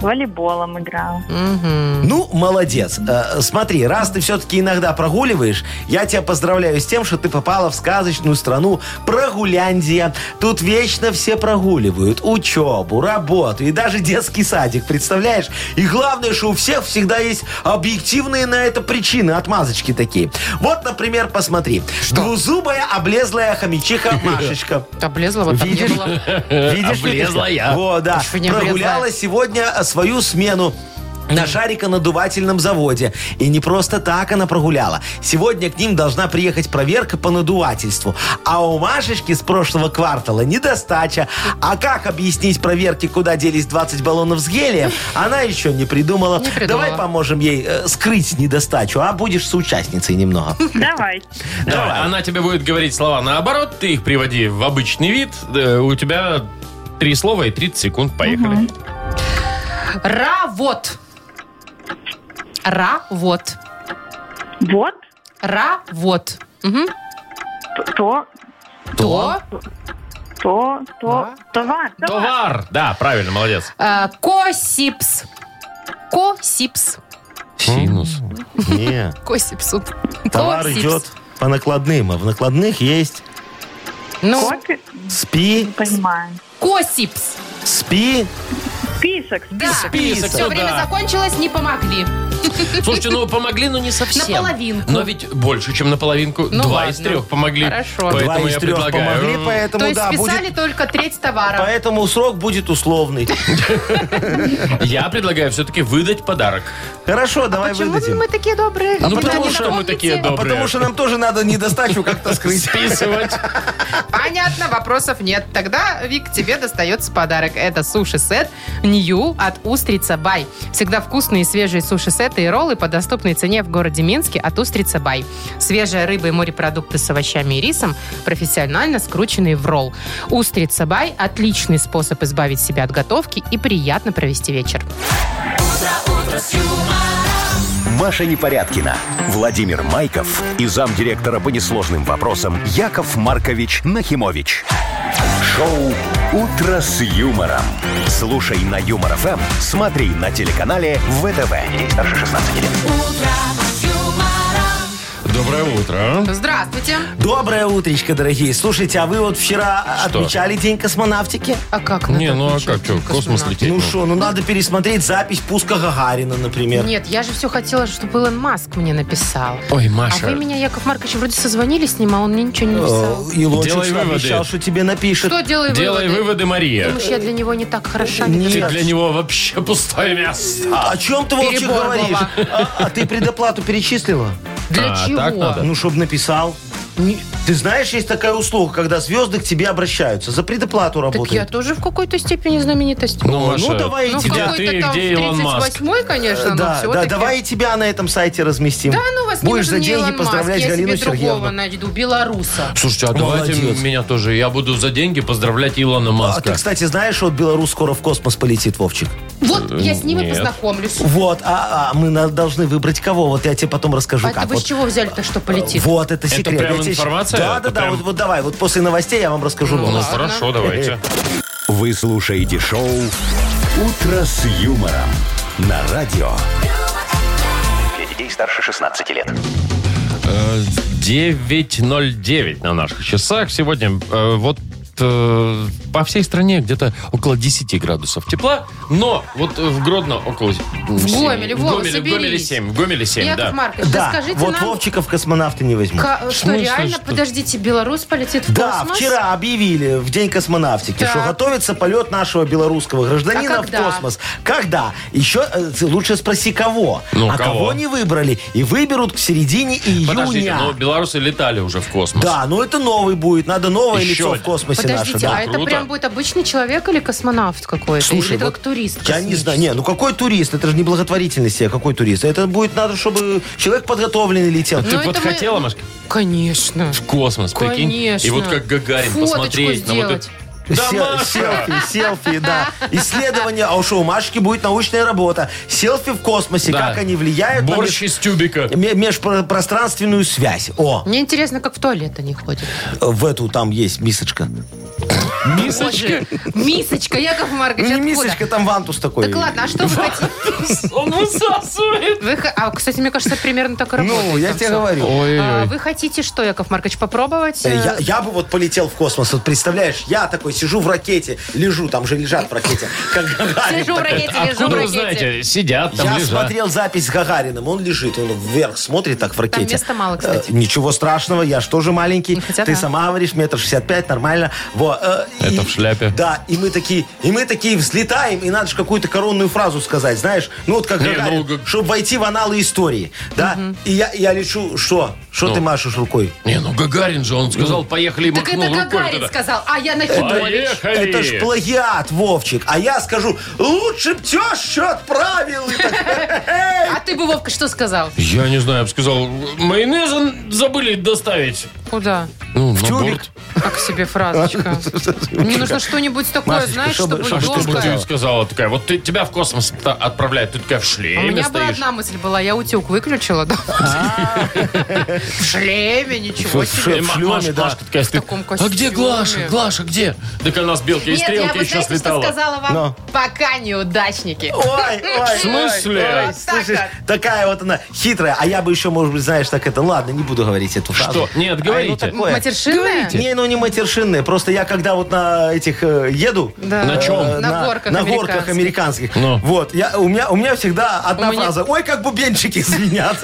Волейболом играла.
Мгм.
Ну, молодец. Э, Смотри, раз ты все-таки иногда прогуливаешь, я тебя поздравляю с тем, что ты попала в сказочную страну Прогуляндия. Тут вечно все прогуливают. Учебу, работу и даже детский садик, представляешь? И главное, что у всех всегда есть объективные на это причины, отмазочки такие. Вот, например, посмотри. Двузубая облезлая хомячиха Машечка.
Облезла, вот там не
Видишь?
было.
Видишь,
Облезла
Витюшка?
я.
Во, да.
Ты ж не
Прогуляла
облезла.
сегодня э, свою смену на шариконадувательном заводе. И не просто так она прогуляла. Сегодня к ним должна приехать проверка по надувательству. А у Машечки с прошлого квартала недостача. А как объяснить проверке, куда делись 20 баллонов с гелием, она еще не придумала.
Не придумала.
Давай поможем ей э, скрыть недостачу, а будешь соучастницей немного.
Давай.
Давай. Она тебе будет говорить слова наоборот, ты их приводи в обычный вид. э, У тебя три слова и 30 секунд. Поехали.
Равот. Равот.
Вот
Равот. Мгм.
то,
То.
то, то, товар. Товар.
Товар. Да, правильно, молодец.
э, Косипс. Косипс.
Синус.
Не,
Косипс.
товар
Косипс.
идет по накладным, а в накладных есть
Ну,
Кофе,
спи,
не понимаю.
косипс.
спи,
Список.
Да.
Список,
Все,
ну
время
да.
закончилось, не помогли.
Слушайте, ну помогли, но не совсем.
Наполовинку.
Но ведь больше, чем наполовинку.
Ну
Два
ладно.
из трех помогли.
Хорошо.
Поэтому
Два из
я
трех
предлагаю.
помогли, поэтому
То есть
да,
списали
будет.
только треть товара.
Поэтому срок будет условный.
Я предлагаю все-таки выдать подарок.
Хорошо, давай
Почему
выдадим. А
мы такие добрые?
Ну,
Вы нам
потому
не
что мы
напомните?
такие добрые.
Потому что нам тоже надо недостачу как-то скрыть.
Списывать.
Понятно, вопросов нет. Тогда, Вик, тебе достается подарок. Это суши-сет Нью от Устрица Бай. Всегда вкусные и свежие суши-сеты и роллы по доступной цене в городе Минске от Устрица Бай. Свежая рыба и морепродукты с овощами и рисом, профессионально скрученные в ролл. Устрица Бай – отличный способ избавить себя от готовки и приятно провести вечер.
Маша Непорядкина, Владимир Майков и замдиректора по несложным вопросам Яков Маркович Нахимович. Шоу «Утро с юмором». Слушай на Юмор ФМ, смотри на телеканале ВТВ. Ей старше 16 лет.
Доброе утро.
Здравствуйте.
Доброе утречко, дорогие. Слушайте, а вы вот вчера
Что?
отмечали День космонавтики?
А как надо
Не, ну а
отмечать
как, что, в космос
космонавт?
лететь?
Ну что, ну надо пересмотреть запись пуска Гагарина, например.
Нет, я же все хотела, чтобы Илон Маск мне написал.
Ой,
А вы
Маша,
меня, Яков Маркович, вроде созвонились с ним, а он мне ничего не написал.
Э, Илончик
Делай выводы.
обещал, что тебе напишет.
Что делай
делай выводы, Мария.
Думаешь, я для него не так хороша?
Нет. А
Ты для него вообще пустое мясо.
О чем ты, Вовчик,
Перебор,
говоришь?
Вова.
А, а ты предоплату перечислила?
Для
А,
чего?
так надо? Да.
Ну, чтобы написал. Не- Ты знаешь, есть такая услуга, когда звезды к тебе обращаются. За предоплату
Так я
работают.
тоже в какой-то степени знаменитость.
Ну, Маша,
давай и
Ну, в
тебя.
какой-
какой-то
ты,
там
где Илон Маск?
38-й, конечно, ну, но
Э, Да, да,
все-таки.
давай и тебя на этом сайте разместим.
Да, ну вас
Будешь
не нужен
за
мне
деньги
Илон
поздравлять
Маск,
Галину
я себе другого
Сергеевну.
найду, белоруса.
Слушайте, а
Молодец.
давайте меня тоже. Я буду за деньги поздравлять Илона
А ты,
Маска.
кстати, знаешь, что вот Беларусь скоро в космос полетит, Вовчик.
Вот я с ним и
э, нет.
познакомлюсь.
Вот, а, а мы на- должны выбрать кого. Вот я тебе потом расскажу,
А
как.
ты вы
Вот
с чего взяли-то, что полетит?
Вот, это
Это
секрет.
прям
Я тебе щ-
информация?
Да,
Это
да, да.
прям-
Вот, вот давай, вот после новостей я вам расскажу
Ну,
Ну
новость.
ладно.
хорошо, давайте.
Вы слушаете шоу «Утро с юмором» на радио.
Для детей старше 16 лет.
Э, 9.09 на наших часах. Сегодня э, вот э, по всей стране где-то около 10 градусов тепла, но вот э, в Гродно около... В
Гомеле,
в
Вова,
Гомеле, в Гомеле
соберись.
7, в Гомеле 7,
Яков
да.
Маркович,
Да,
расскажите
вот
нам,
Вовчика в космонавты не возьму.
ка- что
смысле,
реально,
что?
подождите, Беларусь полетит в
Да,
космос?
вчера объявили в День космонавтики,
Так.
что готовится полет нашего белорусского гражданина
А
в
когда?
космос. Когда? Еще э, ты лучше спроси, кого.
Ну,
а
кого?
кого? не выбрали. И выберут к середине июня.
Подождите, ну, но белорусы летали уже в космос.
Да, ну это новый будет. Надо новое
Еще
лицо
один.
в космосе
Подождите,
наше. да.
а это
Круто.
прям будет обычный человек или космонавт какой-то?
Слушай,
или
вот
как турист?
Я не
космический?
знаю. Не, ну какой турист? Это же не благотворительность, а какой турист? Это будет надо, чтобы человек подготовленный летел.
Ты
Ну,
вот
это мы-
хотела, Машка,
Конечно.
в космос, прикинь?
Конечно.
И вот как Гагарин
Фоточку
посмотреть на вот
сделать.
это...
Се- селфи, селфи, да. Исследование. А что, у Машки будет научная работа. Селфи в космосе,
Да.
как они влияют на
Борщ из тюбика.
меж- ме- межпространственную связь. О,
Мне интересно, как в туалет они ходят.
в эту там есть мисочка.
Мисочка. Мисочка, Яков Маркович,
Не
откуда?
мисочка, там вантус такой.
Так ладно, а что вы хотите?
Он высасывает.
Вы хо- А, кстати, мне кажется, примерно так и работает.
Ну, я
там
тебе
всё.
говорю.
А,
Ой-ой-ой.
Вы хотите что, Яков Маркович, попробовать?
Э,
э,
Я, я бы вот полетел в космос, вот представляешь, я такой сижу в ракете, лежу, там же лежат в ракете, как Гагарин.
Сижу в ракете, лежу в
Откуда вы
ракете.
знаете? Сидят там,
Я
лежат.
смотрел запись с Гагариным. Он лежит, он вверх смотрит так в ракете.
места мало, кстати.
Э, ничего страшного, я же тоже маленький.
Ну, хотя
Ты
да.
сама говоришь, метр шестьдесят пять, нормально. Во, э, и-
Это в шляпе.
Да, и мы такие, и мы такие взлетаем, и надо же какую-то коронную фразу сказать, знаешь? Ну вот как
Не,
Гагарин,
ну, как-
чтобы войти в аналы истории. Да? И я, я лечу, что? Что
Ну.
ты машешь рукой?
Не, ну Гагарин же, он сказал, поехали, и
Ну. Так это
махнул рукой.
Гагарин
туда.
сказал, а я начну.
Поехали!
Это ж плагиат, Вовчик. А я скажу, лучше б теща отправил. И так, «Эй,
А ты бы, Вовка, что сказал?
Я не знаю, я бы сказал, майонеза забыли доставить.
Куда?
Ну, на
тюбик.
борт.
Как себе фразочка. Мне нужно что-нибудь такое,
Машечка,
знаешь, чтобы
чтобы-
А что бы ты
легкое.
сказала? Такая, вот ты, тебя в космос та- отправляют, ты такая в
А У
шлеме
меня бы
стоишь.
одна мысль была, я утюг выключила. да. В шлеме, ничего
Э,
Слушай,
себе.
в
Ма-
шлеме,
Машка,
да.
Машка такая стоит,
таком
А где
костюме».
Глаша? Глаша, где? Так она с белки и
Нет, я
стрелки
бы,
еще
знаете, что
слетала.
сказала вам?
Но.
Пока неудачники.
Ой, ой,
В смысле?
ой, ой,
Вот так
слышишь,
вот.
такая вот она хитрая. А я бы еще, может быть, знаешь, так это... Ладно, не буду говорить эту фразу.
Что? Нет,
Ай,
говорите.
ну такое.
Матершинная?
Не, ну не матершинные. Просто я когда вот на этих э, еду...
Да.
На чём?
э,
На горках
На горках американских.
Ну.
Вот, я, у, меня, у меня всегда одна
У меня-
фраза. Ой, как бубенчики звенят.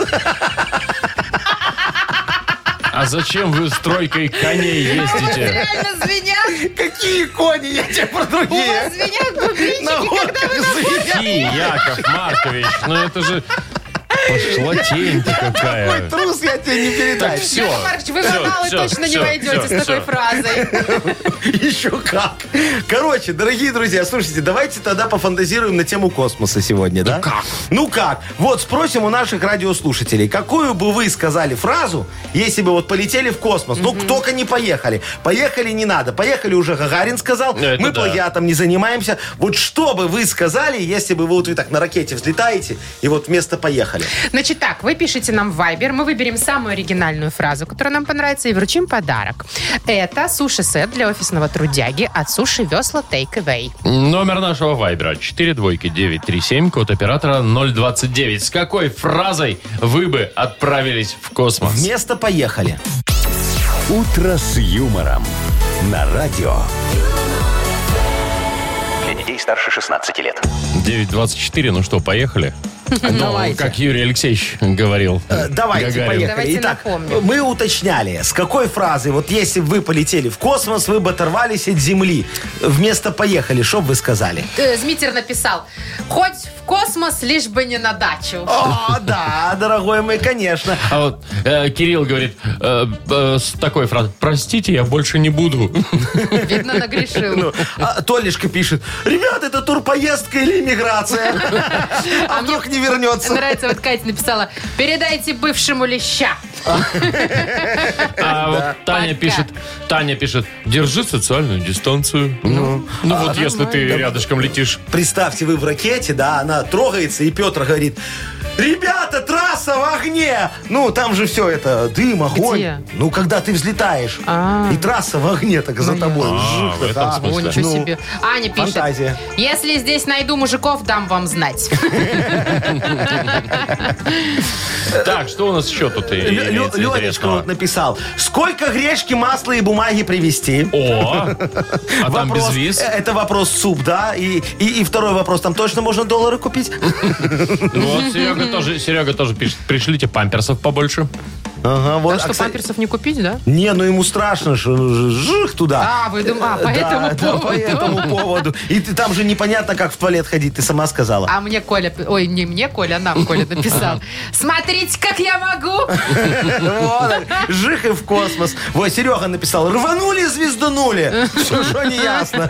А зачем вы с тройкой коней ездите?
Реально звенят.
Какие кони, я тебе про
У вас
другие.
звенят
На
бубенчики, когда
горках звенят.
Какие, Яков Маркович? Ну это же пошла тень-то какая.
Трус, я тебе не
Так,
передаю.
все.
Яков Маркович, вы в аналы точно не войдете с такой фразой.
Еще как. Короче, дорогие друзья, слушайте, давайте тогда пофантазируем на тему космоса сегодня, да? Ну
как?
Ну как? Вот спросим у наших радиослушателей, какую бы вы сказали фразу, если бы вот полетели в космос? Ну, только не поехали. Поехали не надо. Поехали уже Гагарин сказал.
Ну, это
Мы
да.
плагиатом не занимаемся. Вот что бы вы сказали, если бы вы вот вы так на ракете взлетаете и вот вместо поехали?
Значит так, вы пишите нам в Viber, мы выберем самую оригинальную фразу, которая нам понравится, и вручим подарок. Это суши-сет для офисного трудяги от суши весла Take Away.
Номер нашего вайбера 42937, код оператора 029. С какой фразой вы бы отправились в космос?
Вместо поехали.
«Утро с юмором» на радио.
Для детей старше 16 лет.
9.24, ну что, поехали? Ну,
Давайте.
Как Юрий Алексеевич говорил.
Э, Давайте,
Гагарин.
поехали.
Давайте
Итак,
напомним.
мы уточняли, с какой фразы, вот если бы вы полетели в космос, вы бы оторвались от Земли. Вместо «поехали», что бы вы сказали?
Э, Змитер написал, хоть в космос, лишь бы не на дачу.
О, А, да, дорогой мой, конечно.
А вот э, Кирилл говорит э, э, с такой фразой. Простите, я больше не буду.
Видно, нагрешил.
Ну, а Толешка пишет, ребят, это турпоездка или иммиграция? А вдруг не вернется?
Нравится, вот Катя написала, передайте бывшему леща.
А вот Таня
Пока.
пишет, Таня пишет, держи социальную дистанцию. Ну,
а,
вот если ты рядышком летишь.
Представьте, вы в ракете, да, она трогается, и Петр говорит, ребята, трасса в огне! Ну, там же все это, дым, огонь.
Где?
Ну, когда ты взлетаешь,
А.
и трасса в огне так за тобой.
А,
Жжж,
в этом
да.
О,
смысле.
ничего
Ну,
себе. Аня пишет.
фантазия.
Если здесь найду мужиков, дам вам знать.
Э,
Так, что у нас еще тут и-
Лё- Лё-
имеется
Ленечка
интересного?
вот написал, сколько гречки, масла и бумаги привезти?
О, а там без виз?
э, Это вопрос суп, да? И, и, и второй вопрос, там точно можно доллары купить?
Ну, Вот Серега тоже, Серега тоже пишет, пришлите памперсов побольше.
Ага, вот.
А
а,
что,
кстати,
памперсов не купить, да?
Не, ну ему страшно, что он же жих туда.
А, вы дум- а, по
Да,
этому
да, по
поводу.
этому поводу. И ты, там же непонятно, как в туалет ходить, ты сама сказала.
А мне Коля... Ой, не мне Коля, а нам Коля написал. Смотрите, как я могу! А,
Вот он, жих и в космос. Вот, Серега написал, рванули, звезданули. Все, что не ясно.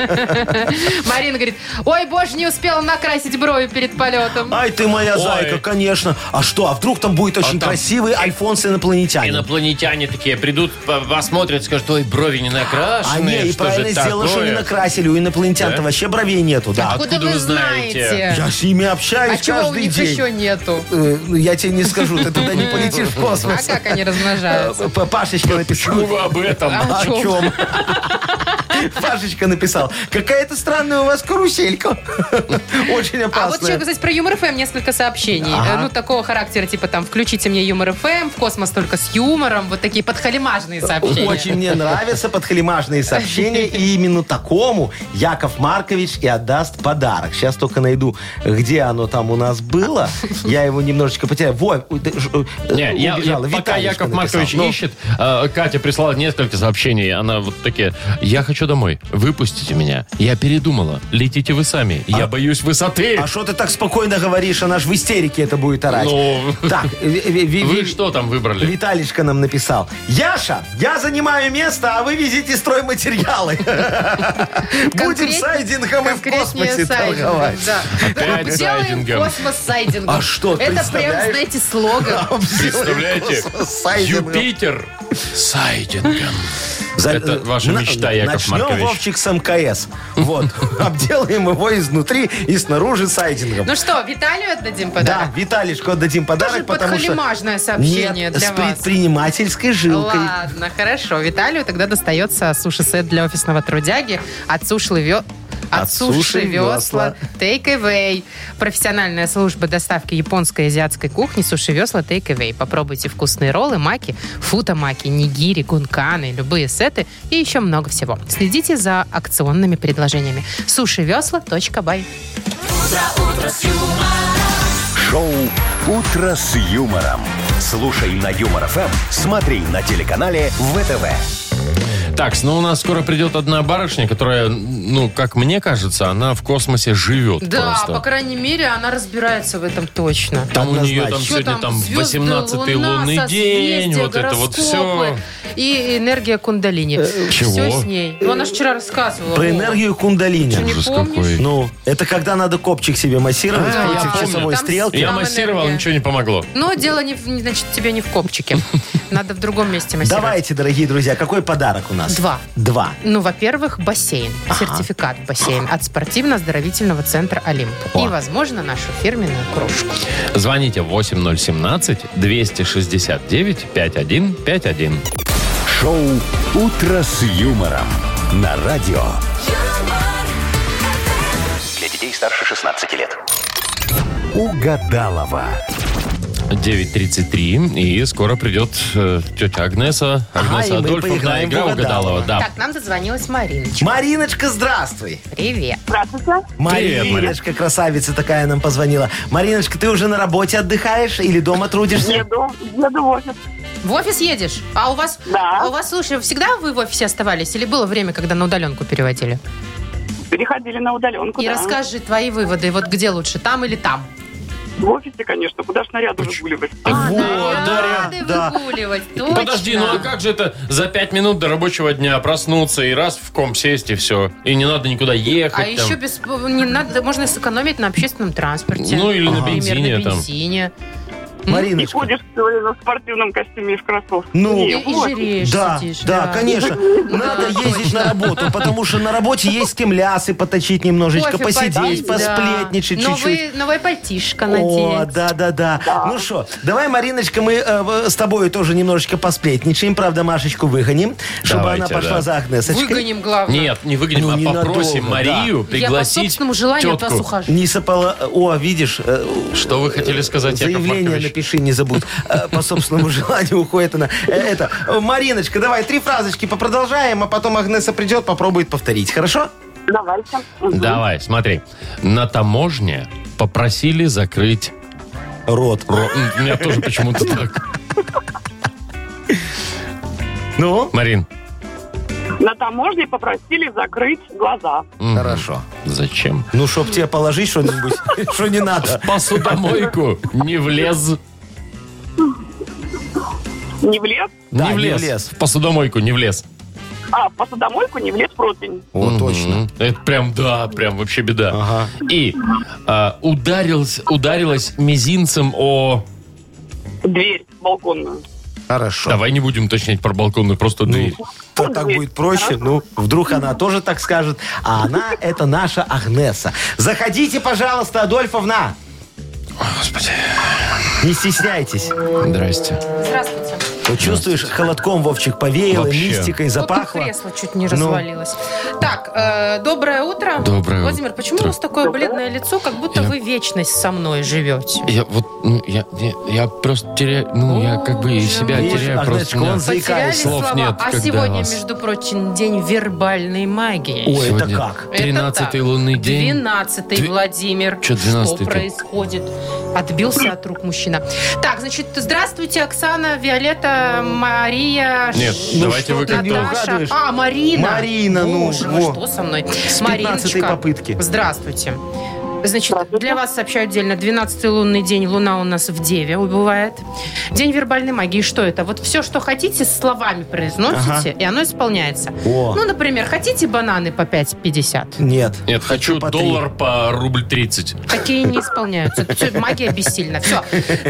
Марина говорит, ой, боже, не успела накрасить брови перед полетом.
Ай, ты моя зайка, конечно. А что, а вдруг там будет очень
там-
красивый Альфонс-инопланетянин?
Инопланетяне такие придут, по- посмотрят, скажут, ой, брови не
А
накрашены,
не, и
что же
правильно сделала, что не
такое?» А
накрасили. У инопланетян-то вообще бровей нету, да.
Откуда
откуда
вы
вы знаете?
знаете?
Я с ними
А
общаюсь
чего у
каждый
них еще
день.
нету?
Э, ну, Я тебе не скажу, ты туда не полетишь в
А
космос.
как они размножаются?
Э, П- Пашечка написал.
Почему Ну, вы об этом?
А о чем?
чем? Пашечка написал. Какая-то странная у вас каруселька. Очень
А вот что
опасная.
кстати, про Юмор ФМ несколько сообщений. Э, Ну, такого характера, типа там, включите мне Юмор ФМ, в космос только с юмором. Вот такие подхалимажные сообщения.
Очень мне нравятся подхалимажные сообщения, и именно такому Яков Маркович и отдаст подарок. Сейчас только найду, где оно там у нас было. Я его немножечко потерял. Во, у- да, ж- э,
Не, я- я-
убежала.
пока
Виталечка
Яков
написал.
Маркович
Ну,
ищет, э, Катя прислала несколько сообщений. Она вот такие, я хочу домой, выпустите меня. Я передумала, летите вы сами, я боюсь высоты.
А что ты так спокойно говоришь? Она ж в истерике это будет орать.
Ну.
Так, Ви- Ви- Ви-
Вы
Ви-
что там выбрали?
Виталичка нам написал. Яша, я занимаю место, а вы везите стройматериалы. Будем
Конкретнее-
сайдингом и в
Конкретнее
космосе
сайдингом,
торговать.
да.
Опять
Сделаем
сайдингом.
космос сайдингом.
А что,
Это прям,
представляешь?
знаете, слоган.
Представляете?
Космос сайдингом.
Юпитер сайдингом.
За-
Это ваша
на-
мечта, Яков
Начнем,
Маркович.
Вовчик, с МКС. Вот. Обделаем его изнутри и снаружи сайдингом.
Ну что, Виталию отдадим
Да,
подарок?
Виталичку отдадим
Тоже
подарок, потому что...
подхалимажное сообщение
Нет,
для
с
вас.
предпринимательской жилкой.
Ладно, хорошо. Виталию тогда достается суши-сет для офисного трудяги от суши ве- От
От суши
суши весла
весла.
Take Away. Профессиональная служба доставки японской и азиатской кухни суши весла Take Away. Попробуйте вкусные роллы, маки, футамаки, нигири, гунканы, любые сеты и еще много всего. Следите за акционными предложениями. Суши бай.
Шоу «Утро с юмором». Слушай на Юмор ФМ, смотри на телеканале ВТВ.
Так, ну у нас скоро придет одна барышня, которая, ну, как мне кажется, она в космосе живет
Да,
просто.
по крайней мере, она разбирается в этом точно.
Там у нее там
Однозначно.
Чё
сегодня там
звезды,
18-й
луна,
лунный
созвездия,
день, вот это вот все.
гороскопы И энергия кундалини.
чего?
Все с ней. Ну, она же вчера рассказывала.
Про
О,
энергию кундалини.
не
Ужас
помнишь?
какой.
Ну, это когда надо копчик себе массировать
А, я
против
помню.
часовой
Там
стрелки.
Я
Там
массировал,
энергия.
ничего не помогло.
Но дело, не, в- не- значит, тебе не в копчике. Надо в другом месте массировать.
Давайте, дорогие друзья, какой подарок у нас?
Два.
Два.
Ну, во-первых, бассейн. Сертификат в бассейн от спортивно-оздоровительного центра «Олимп». И, возможно, нашу фирменную кружку.
Звоните 8017-269-5151.
Шоу «Утро с юмором» на радио.
юмор,
Для детей старше 16 лет.
Угадалова.
9.33. И скоро придет э, тетя Агнеса.
Ага, и
Агнеса
мы
Адольфовна.
поиграем в
Игра угадалова.
угадалово.
Да.
Так, нам зазвонилась Мариночка.
Мариночка, здравствуй.
Привет.
Здравствуйте.
Привет, Марин.
Мариночка, красавица такая нам позвонила. Мариночка, ты уже на работе отдыхаешь или дома трудишься?
Еду, еду в офис.
В офис едешь? А у вас,
Да.
а у вас, слушай, всегда вы в офисе оставались? Или было время, когда на удаленку переводили?
Переходили на удаленку.
И
да.
расскажи твои выводы. Вот где лучше, там или там?
В офисе, конечно, куда ж наряды разгуливать.
Вот,
Надо
да.
выгуливать, точно.
Подожди, ну а как же это за пять минут до рабочего дня проснуться и раз в ком сесть и все? И не надо никуда
А
ехать. там.
еще без, не надо, можно сэкономить на общественном транспорте.
Ну, или на
Например,
бензине
на
там.
бензине.
И
Мариночка.
ходишь сегодня в спортивном костюме и в кроссовках.
Ну,
Не,
И, и
вот.
жиреешь,
Да,
сидишь.
да, конечно. Надо ездить на работу, потому что на работе есть с кем лясы поточить немножечко,
Кофе
посидеть,
попить, да.
посплетничать чуть-чуть.
Новые- Новое пальтишко
О,
надеть.
да, да, да. Ну что, давай, Мариночка, мы э, в- с тобой тоже немножечко посплетничаем. Правда, Машечку выгоним, чтобы
Давайте,
она пошла
да.
за Агнесочкой.
Выгоним, главное.
Нет, не выгоним,
Ну,
а
ненадолго,
попросим
да.
Марию
Я по
пригласить
собственному желанию от вас
тетку.
ухожу.
Не сопола... О, видишь, э,
Что вы хотели сказать, Яков
Заявление
Маркович?
напиши, не забудь. Э, По собственному желанию уходит она. Э, Это, э, Мариночка, давай три фразочки попродолжаем, а потом Агнеса придет, попробует повторить. Хорошо?
Давайте. Мгм.
Давай, смотри. На таможне попросили закрыть...
Рот.
ро- У меня тоже почему-то так.
Ну?
Марин,
На таможне попросили закрыть глаза.
Хорошо.
зачем?
Ну, чтоб тебе положить что-нибудь, что не надо.
Посудомойку не влез.
Не влез,
Да,
не
не
влез.
влез.
В посудомойку не влез.
а в посудомойку не влез противень.
О, точно.
М, Это прям, да, прям вообще беда.
Ага.
И а, ударилась, ударилась мизинцем о...
Дверь балконную.
Хорошо.
Давай не будем уточнять про балконную, просто
Ну.
дверь.
То так будет проще. Ну, вдруг она тоже так скажет. А она – это наша Агнеса. Заходите, пожалуйста, Адольфовна.
Господи.
Не стесняйтесь.
Здрасте.
Здравствуйте.
Вот чувствуешь, холодком Вовчик повеяло,
Вообще.
мистикой
Вот тут
запахло. Ну,
кресло чуть не развалилось. Так, э, доброе утро.
Ну. Доброе
Владимир, почему
утро.
у вас такое бледное лицо, как будто
Я-
вы вечность со мной живете?
Я вот, ну, я, не, я просто теряю, ну, я как бы и
Боже
себя
мой.
теряю
Видишь,
просто.
Агнесочка,
меня-
он за-
Потеряли
заикаюсь.
Слов
слова,
нет,
а
когда
сегодня,
вас-
между прочим, день вербальной магии.
Ой, это
Сегодня
как?
Это
13-й
так.
лунный день.
12-й,
Две-
Владимир.
Чё 12-й-то?
Что происходит? Отбился от рук мужчина. Так, значит, здравствуйте, Оксана, Виолетта, Мария.
Нет,
ну
Ш-
давайте
что
вы
ты,
как-то.
Наташа.
угадываешь?
А, Марина.
Марина, ну,
Боже мой,
во.
что со мной?
С 15 попытки.
Здравствуйте. Значит, для вас сообщаю отдельно. 12-й лунный день. Луна у нас в Деве убывает. День вербальной магии. Что это? Вот все, что хотите, словами произносите, и оно исполняется.
О.
Ну, например, хотите бананы по 5,50?
Нет.
Нет, хочу
по три.
доллар по рубль 30.
Такие не исполняются. Всё, магия бессильна. Все.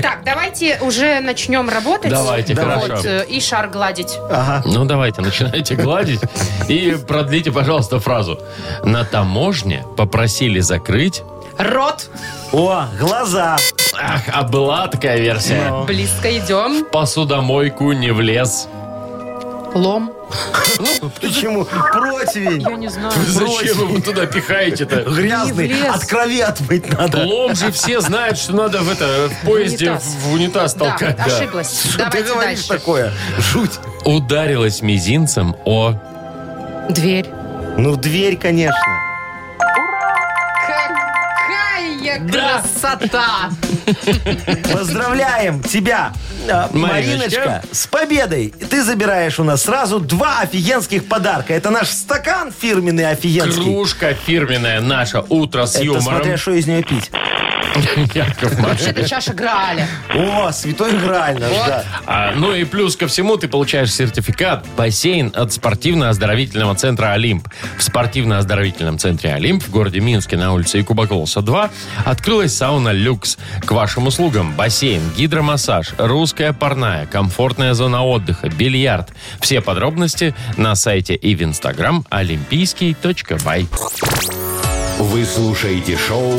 Так, давайте уже начнем работать.
Давайте,
Вот,
хорошо.
э, и шар гладить.
Ага.
Ну, давайте, начинайте гладить и продлите, пожалуйста, фразу. На таможне попросили закрыть...
Рот.
О, глаза.
Ах, а была такая версия.
Близко идем.
Посудомойку не влез.
Лом.
Почему? Противень.
Я не знаю.
Зачем вы его туда пихаете-то?
Грязный.
Не влез.
От крови отмыть надо.
Лом же все знают, что надо в, это, в поезде
Унитаз.
в унитаз
Да,
толкать. да.
ошиблась.
Что ты
Давайте
говоришь
дальше.
такое? Жуть.
Ударилась мизинцем о...
Дверь.
Ну, дверь, конечно.
Какая
Да.
красота!
Поздравляем тебя, а,
Мариночка.
Мариночка, с победой. Ты забираешь у нас сразу два офигенских подарка. Это наш стакан фирменный офигенский.
Кружка фирменная наша «Утро с
Это
юмором».
смотря, что из нее пить.
Яков Маркович.
Вообще-то чаша Грааля.
О, святой Грааль наш, да.
А, ну и плюс ко всему ты получаешь сертификат «Бассейн от спортивно-оздоровительного центра «Олимп». В спортивно-оздоровительном центре «Олимп» в городе Минске на улице Якубаколса 2 открылась сауна «Люкс». К вашим услугам бассейн, гидромассаж, русская парная, комфортная зона отдыха, бильярд. Все подробности на сайте и в инстаграм олимпийский.бай.
Вы слушаете шоу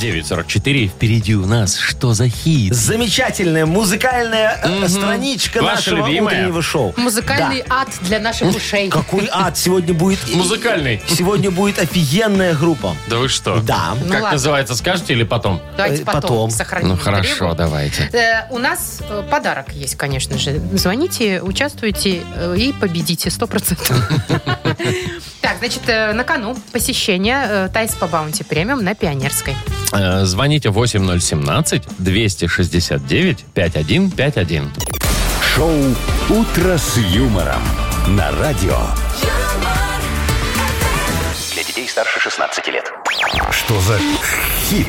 9.44. Впереди у нас что за хит?
Замечательная музыкальная э, страничка
Ваша
нашего
любимая.
утреннего шоу.
Музыкальный
Да. Ну,
ад для наших ушей.
Какой ад сегодня будет?
Музыкальный.
Сегодня будет офигенная группа.
Да вы что?
Да.
Ну
Как
ладно.
называется, скажете или потом?
Давайте
э,
потом,
потом.
Ну
сохраним.
хорошо,
интригу.
давайте.
Э, У нас э, подарок есть, конечно же. Звоните, участвуйте э, и победите 100%. Так, значит, э, на кону посещение э, Тайс по баунти премиум на Пионерской.
Э, Звоните 8017 269 5151.
Шоу «Утро с юмором» на радио.
юмор,
Для детей старше 16 лет.
Что за хит?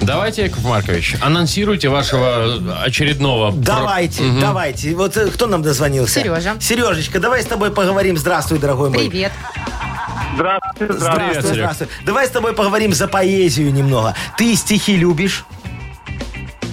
Давайте, Яков Маркович, анонсируйте вашего э, очередного.
Давайте, давайте. Вот э, кто нам дозвонился?
Сережа.
Сережечка, давай с тобой поговорим. Здравствуй, дорогой мой.
Привет.
Здравствуйте, здравствуйте.
Привет, Серег.
Здравствуй. Давай с тобой поговорим за поэзию немного. Ты стихи любишь?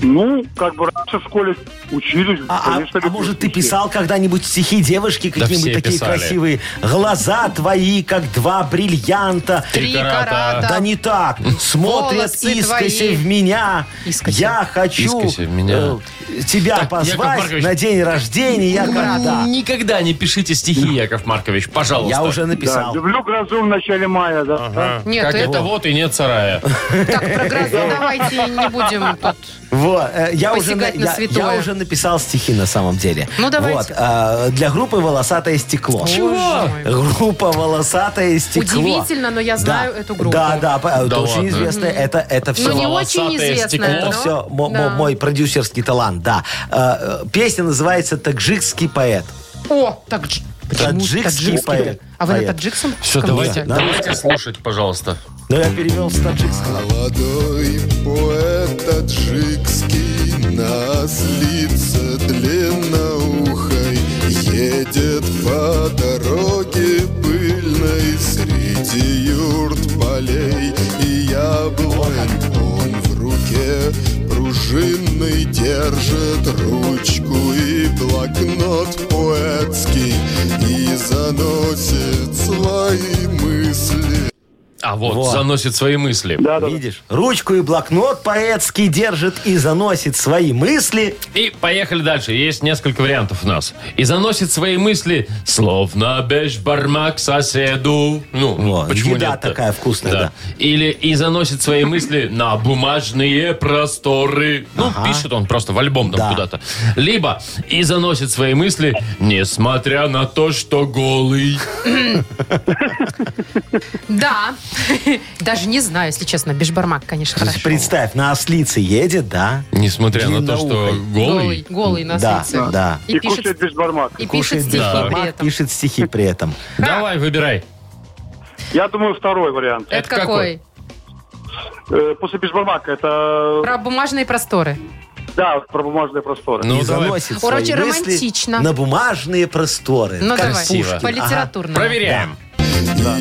Ну, как бы раньше в школе учились,
А, а-
конечно,
а
любил
может, ты
стихи.
писал когда-нибудь стихи девушки какие-нибудь
все
такие
писали.
красивые? Глаза твои, как два бриллианта.
Три
карата.
Да,
карата.
не так. Смотрят
Волосы
искоси
твои.
в меня.
Искоси.
Я хочу
Искоси в меня.
э, тебя
Так, Яков
позвать
Маркович.
на день рождения. Я,
Н- Никогда не пишите стихи, Яков Маркович, пожалуйста.
я уже
Да,
написал.
люблю грозу в начале мая, да.
А,
Нет,
как
это-
это вот и нет сарая.
Так, про грозу давайте не будем тут.
Вот, э, я, уже, на-
Посягать на
я,
святое.
я уже написал стихи на самом деле.
Ну, давайте.
Вот, э, для группы «Волосатое стекло».
Боже мой.
Группа «Волосатое стекло».
Удивительно, но я знаю эту группу.
Да, да, по- э, это
Да
очень
ладно.
известная. Это, это все.
Ну, не
волосатое
очень известно.
стекло.
это все мо- мо- мой продюсерский талант, да. Э, э, Песня называется «Таджикский поэт».
О, так... дж- Почему
Таджикский поэт.
А вы на
Поэт.
таджикском?
Все, давайте,
да.
давайте слушать, пожалуйста.
Но я перевел с таджикского.
Молодой поэт таджикский Нас лица длинноухой Едет по дороге пыльной Среди юрт, полей и яблонь Он в руке пружинный держит ручку И блокнот поэтский И заносит свои мысли
А вот,
Вот.
заносит свои мысли.
Да, да.
Видишь? Ручку и блокнот поэтский держит и заносит свои мысли.
И поехали дальше. Есть несколько вариантов у нас. И заносит свои мысли, словно бешбармак соседу. Ну,
Во,
почему
еда
нет
такая вкусная, да.
Или и заносит свои мысли на бумажные просторы. Ну, пишет он просто в альбом там
Да.
куда-то. Либо и заносит свои мысли, несмотря на то, что голый.
Да. Даже не знаю, если честно. Бешбармак, конечно, хорошо.
Представь, на ослице едет, да?
Несмотря на то, что
Длинноухой.
голый.
Голый, голый на
Да,
солнце.
да.
И, кушает без бармака.
и пишет стихи
да.
при этом.
пишет стихи при этом.
Давай, выбирай.
Я думаю, второй вариант.
Это
Это какой?
какой?
Э, после бешбармака это... э,
Про бумажные просторы.
Да, про бумажные просторы.
Ну,
и
давай.
заносит
Ура,
свои
очень
мысли
романтично.
на бумажные просторы.
Ну
как
давай,
Красиво.
по
Пушкин. Ага.
литературному.
Проверяем.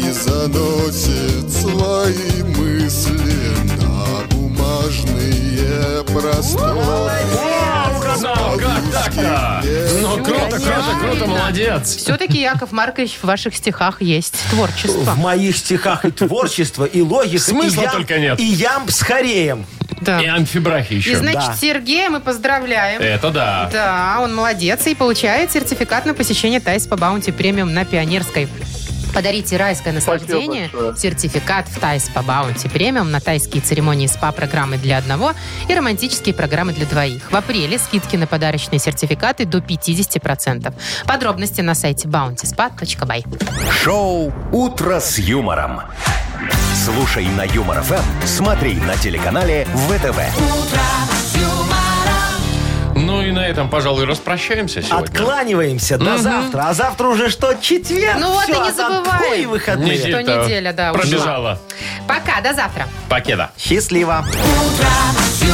И заносит свои мысли на бумажные просторы.
Ну, как так-то? Ну, круто, круто, круто, молодец.
Все-таки Яков Маркович в ваших стихах есть творчество.
В моих стихах и творчество, и логика,
Смысла
и ям,
только нет.
И ям с хореем.
Да.
И амфибрахи еще.
И значит,
Да.
Сергея мы поздравляем.
Это да.
Да, он молодец и получает сертификат на посещение Тайс по Баунти премиум на Пионерской. Подарите райское наслаждение, сертификат в Тайс по Баунти премиум на тайские церемонии СПА-программы для одного и романтические программы для двоих. В апреле скидки на подарочные сертификаты до 50%. Подробности на сайте bountyspa.by.
Шоу «Утро с юмором». Слушай на Юмор ФМ, смотри на телеканале ВТВ.
Ну ну и на этом, пожалуй, распрощаемся сегодня.
Откланиваемся до завтра. А завтра уже что? Четверг.
Ну вот
Всё,
и не
а там
забываем.
такие выходные.
Неделя.
Недель-то
Что неделя, да, ушла.
Пробежала.
Пока, до завтра.
Покеда.
Счастливо.
Утро с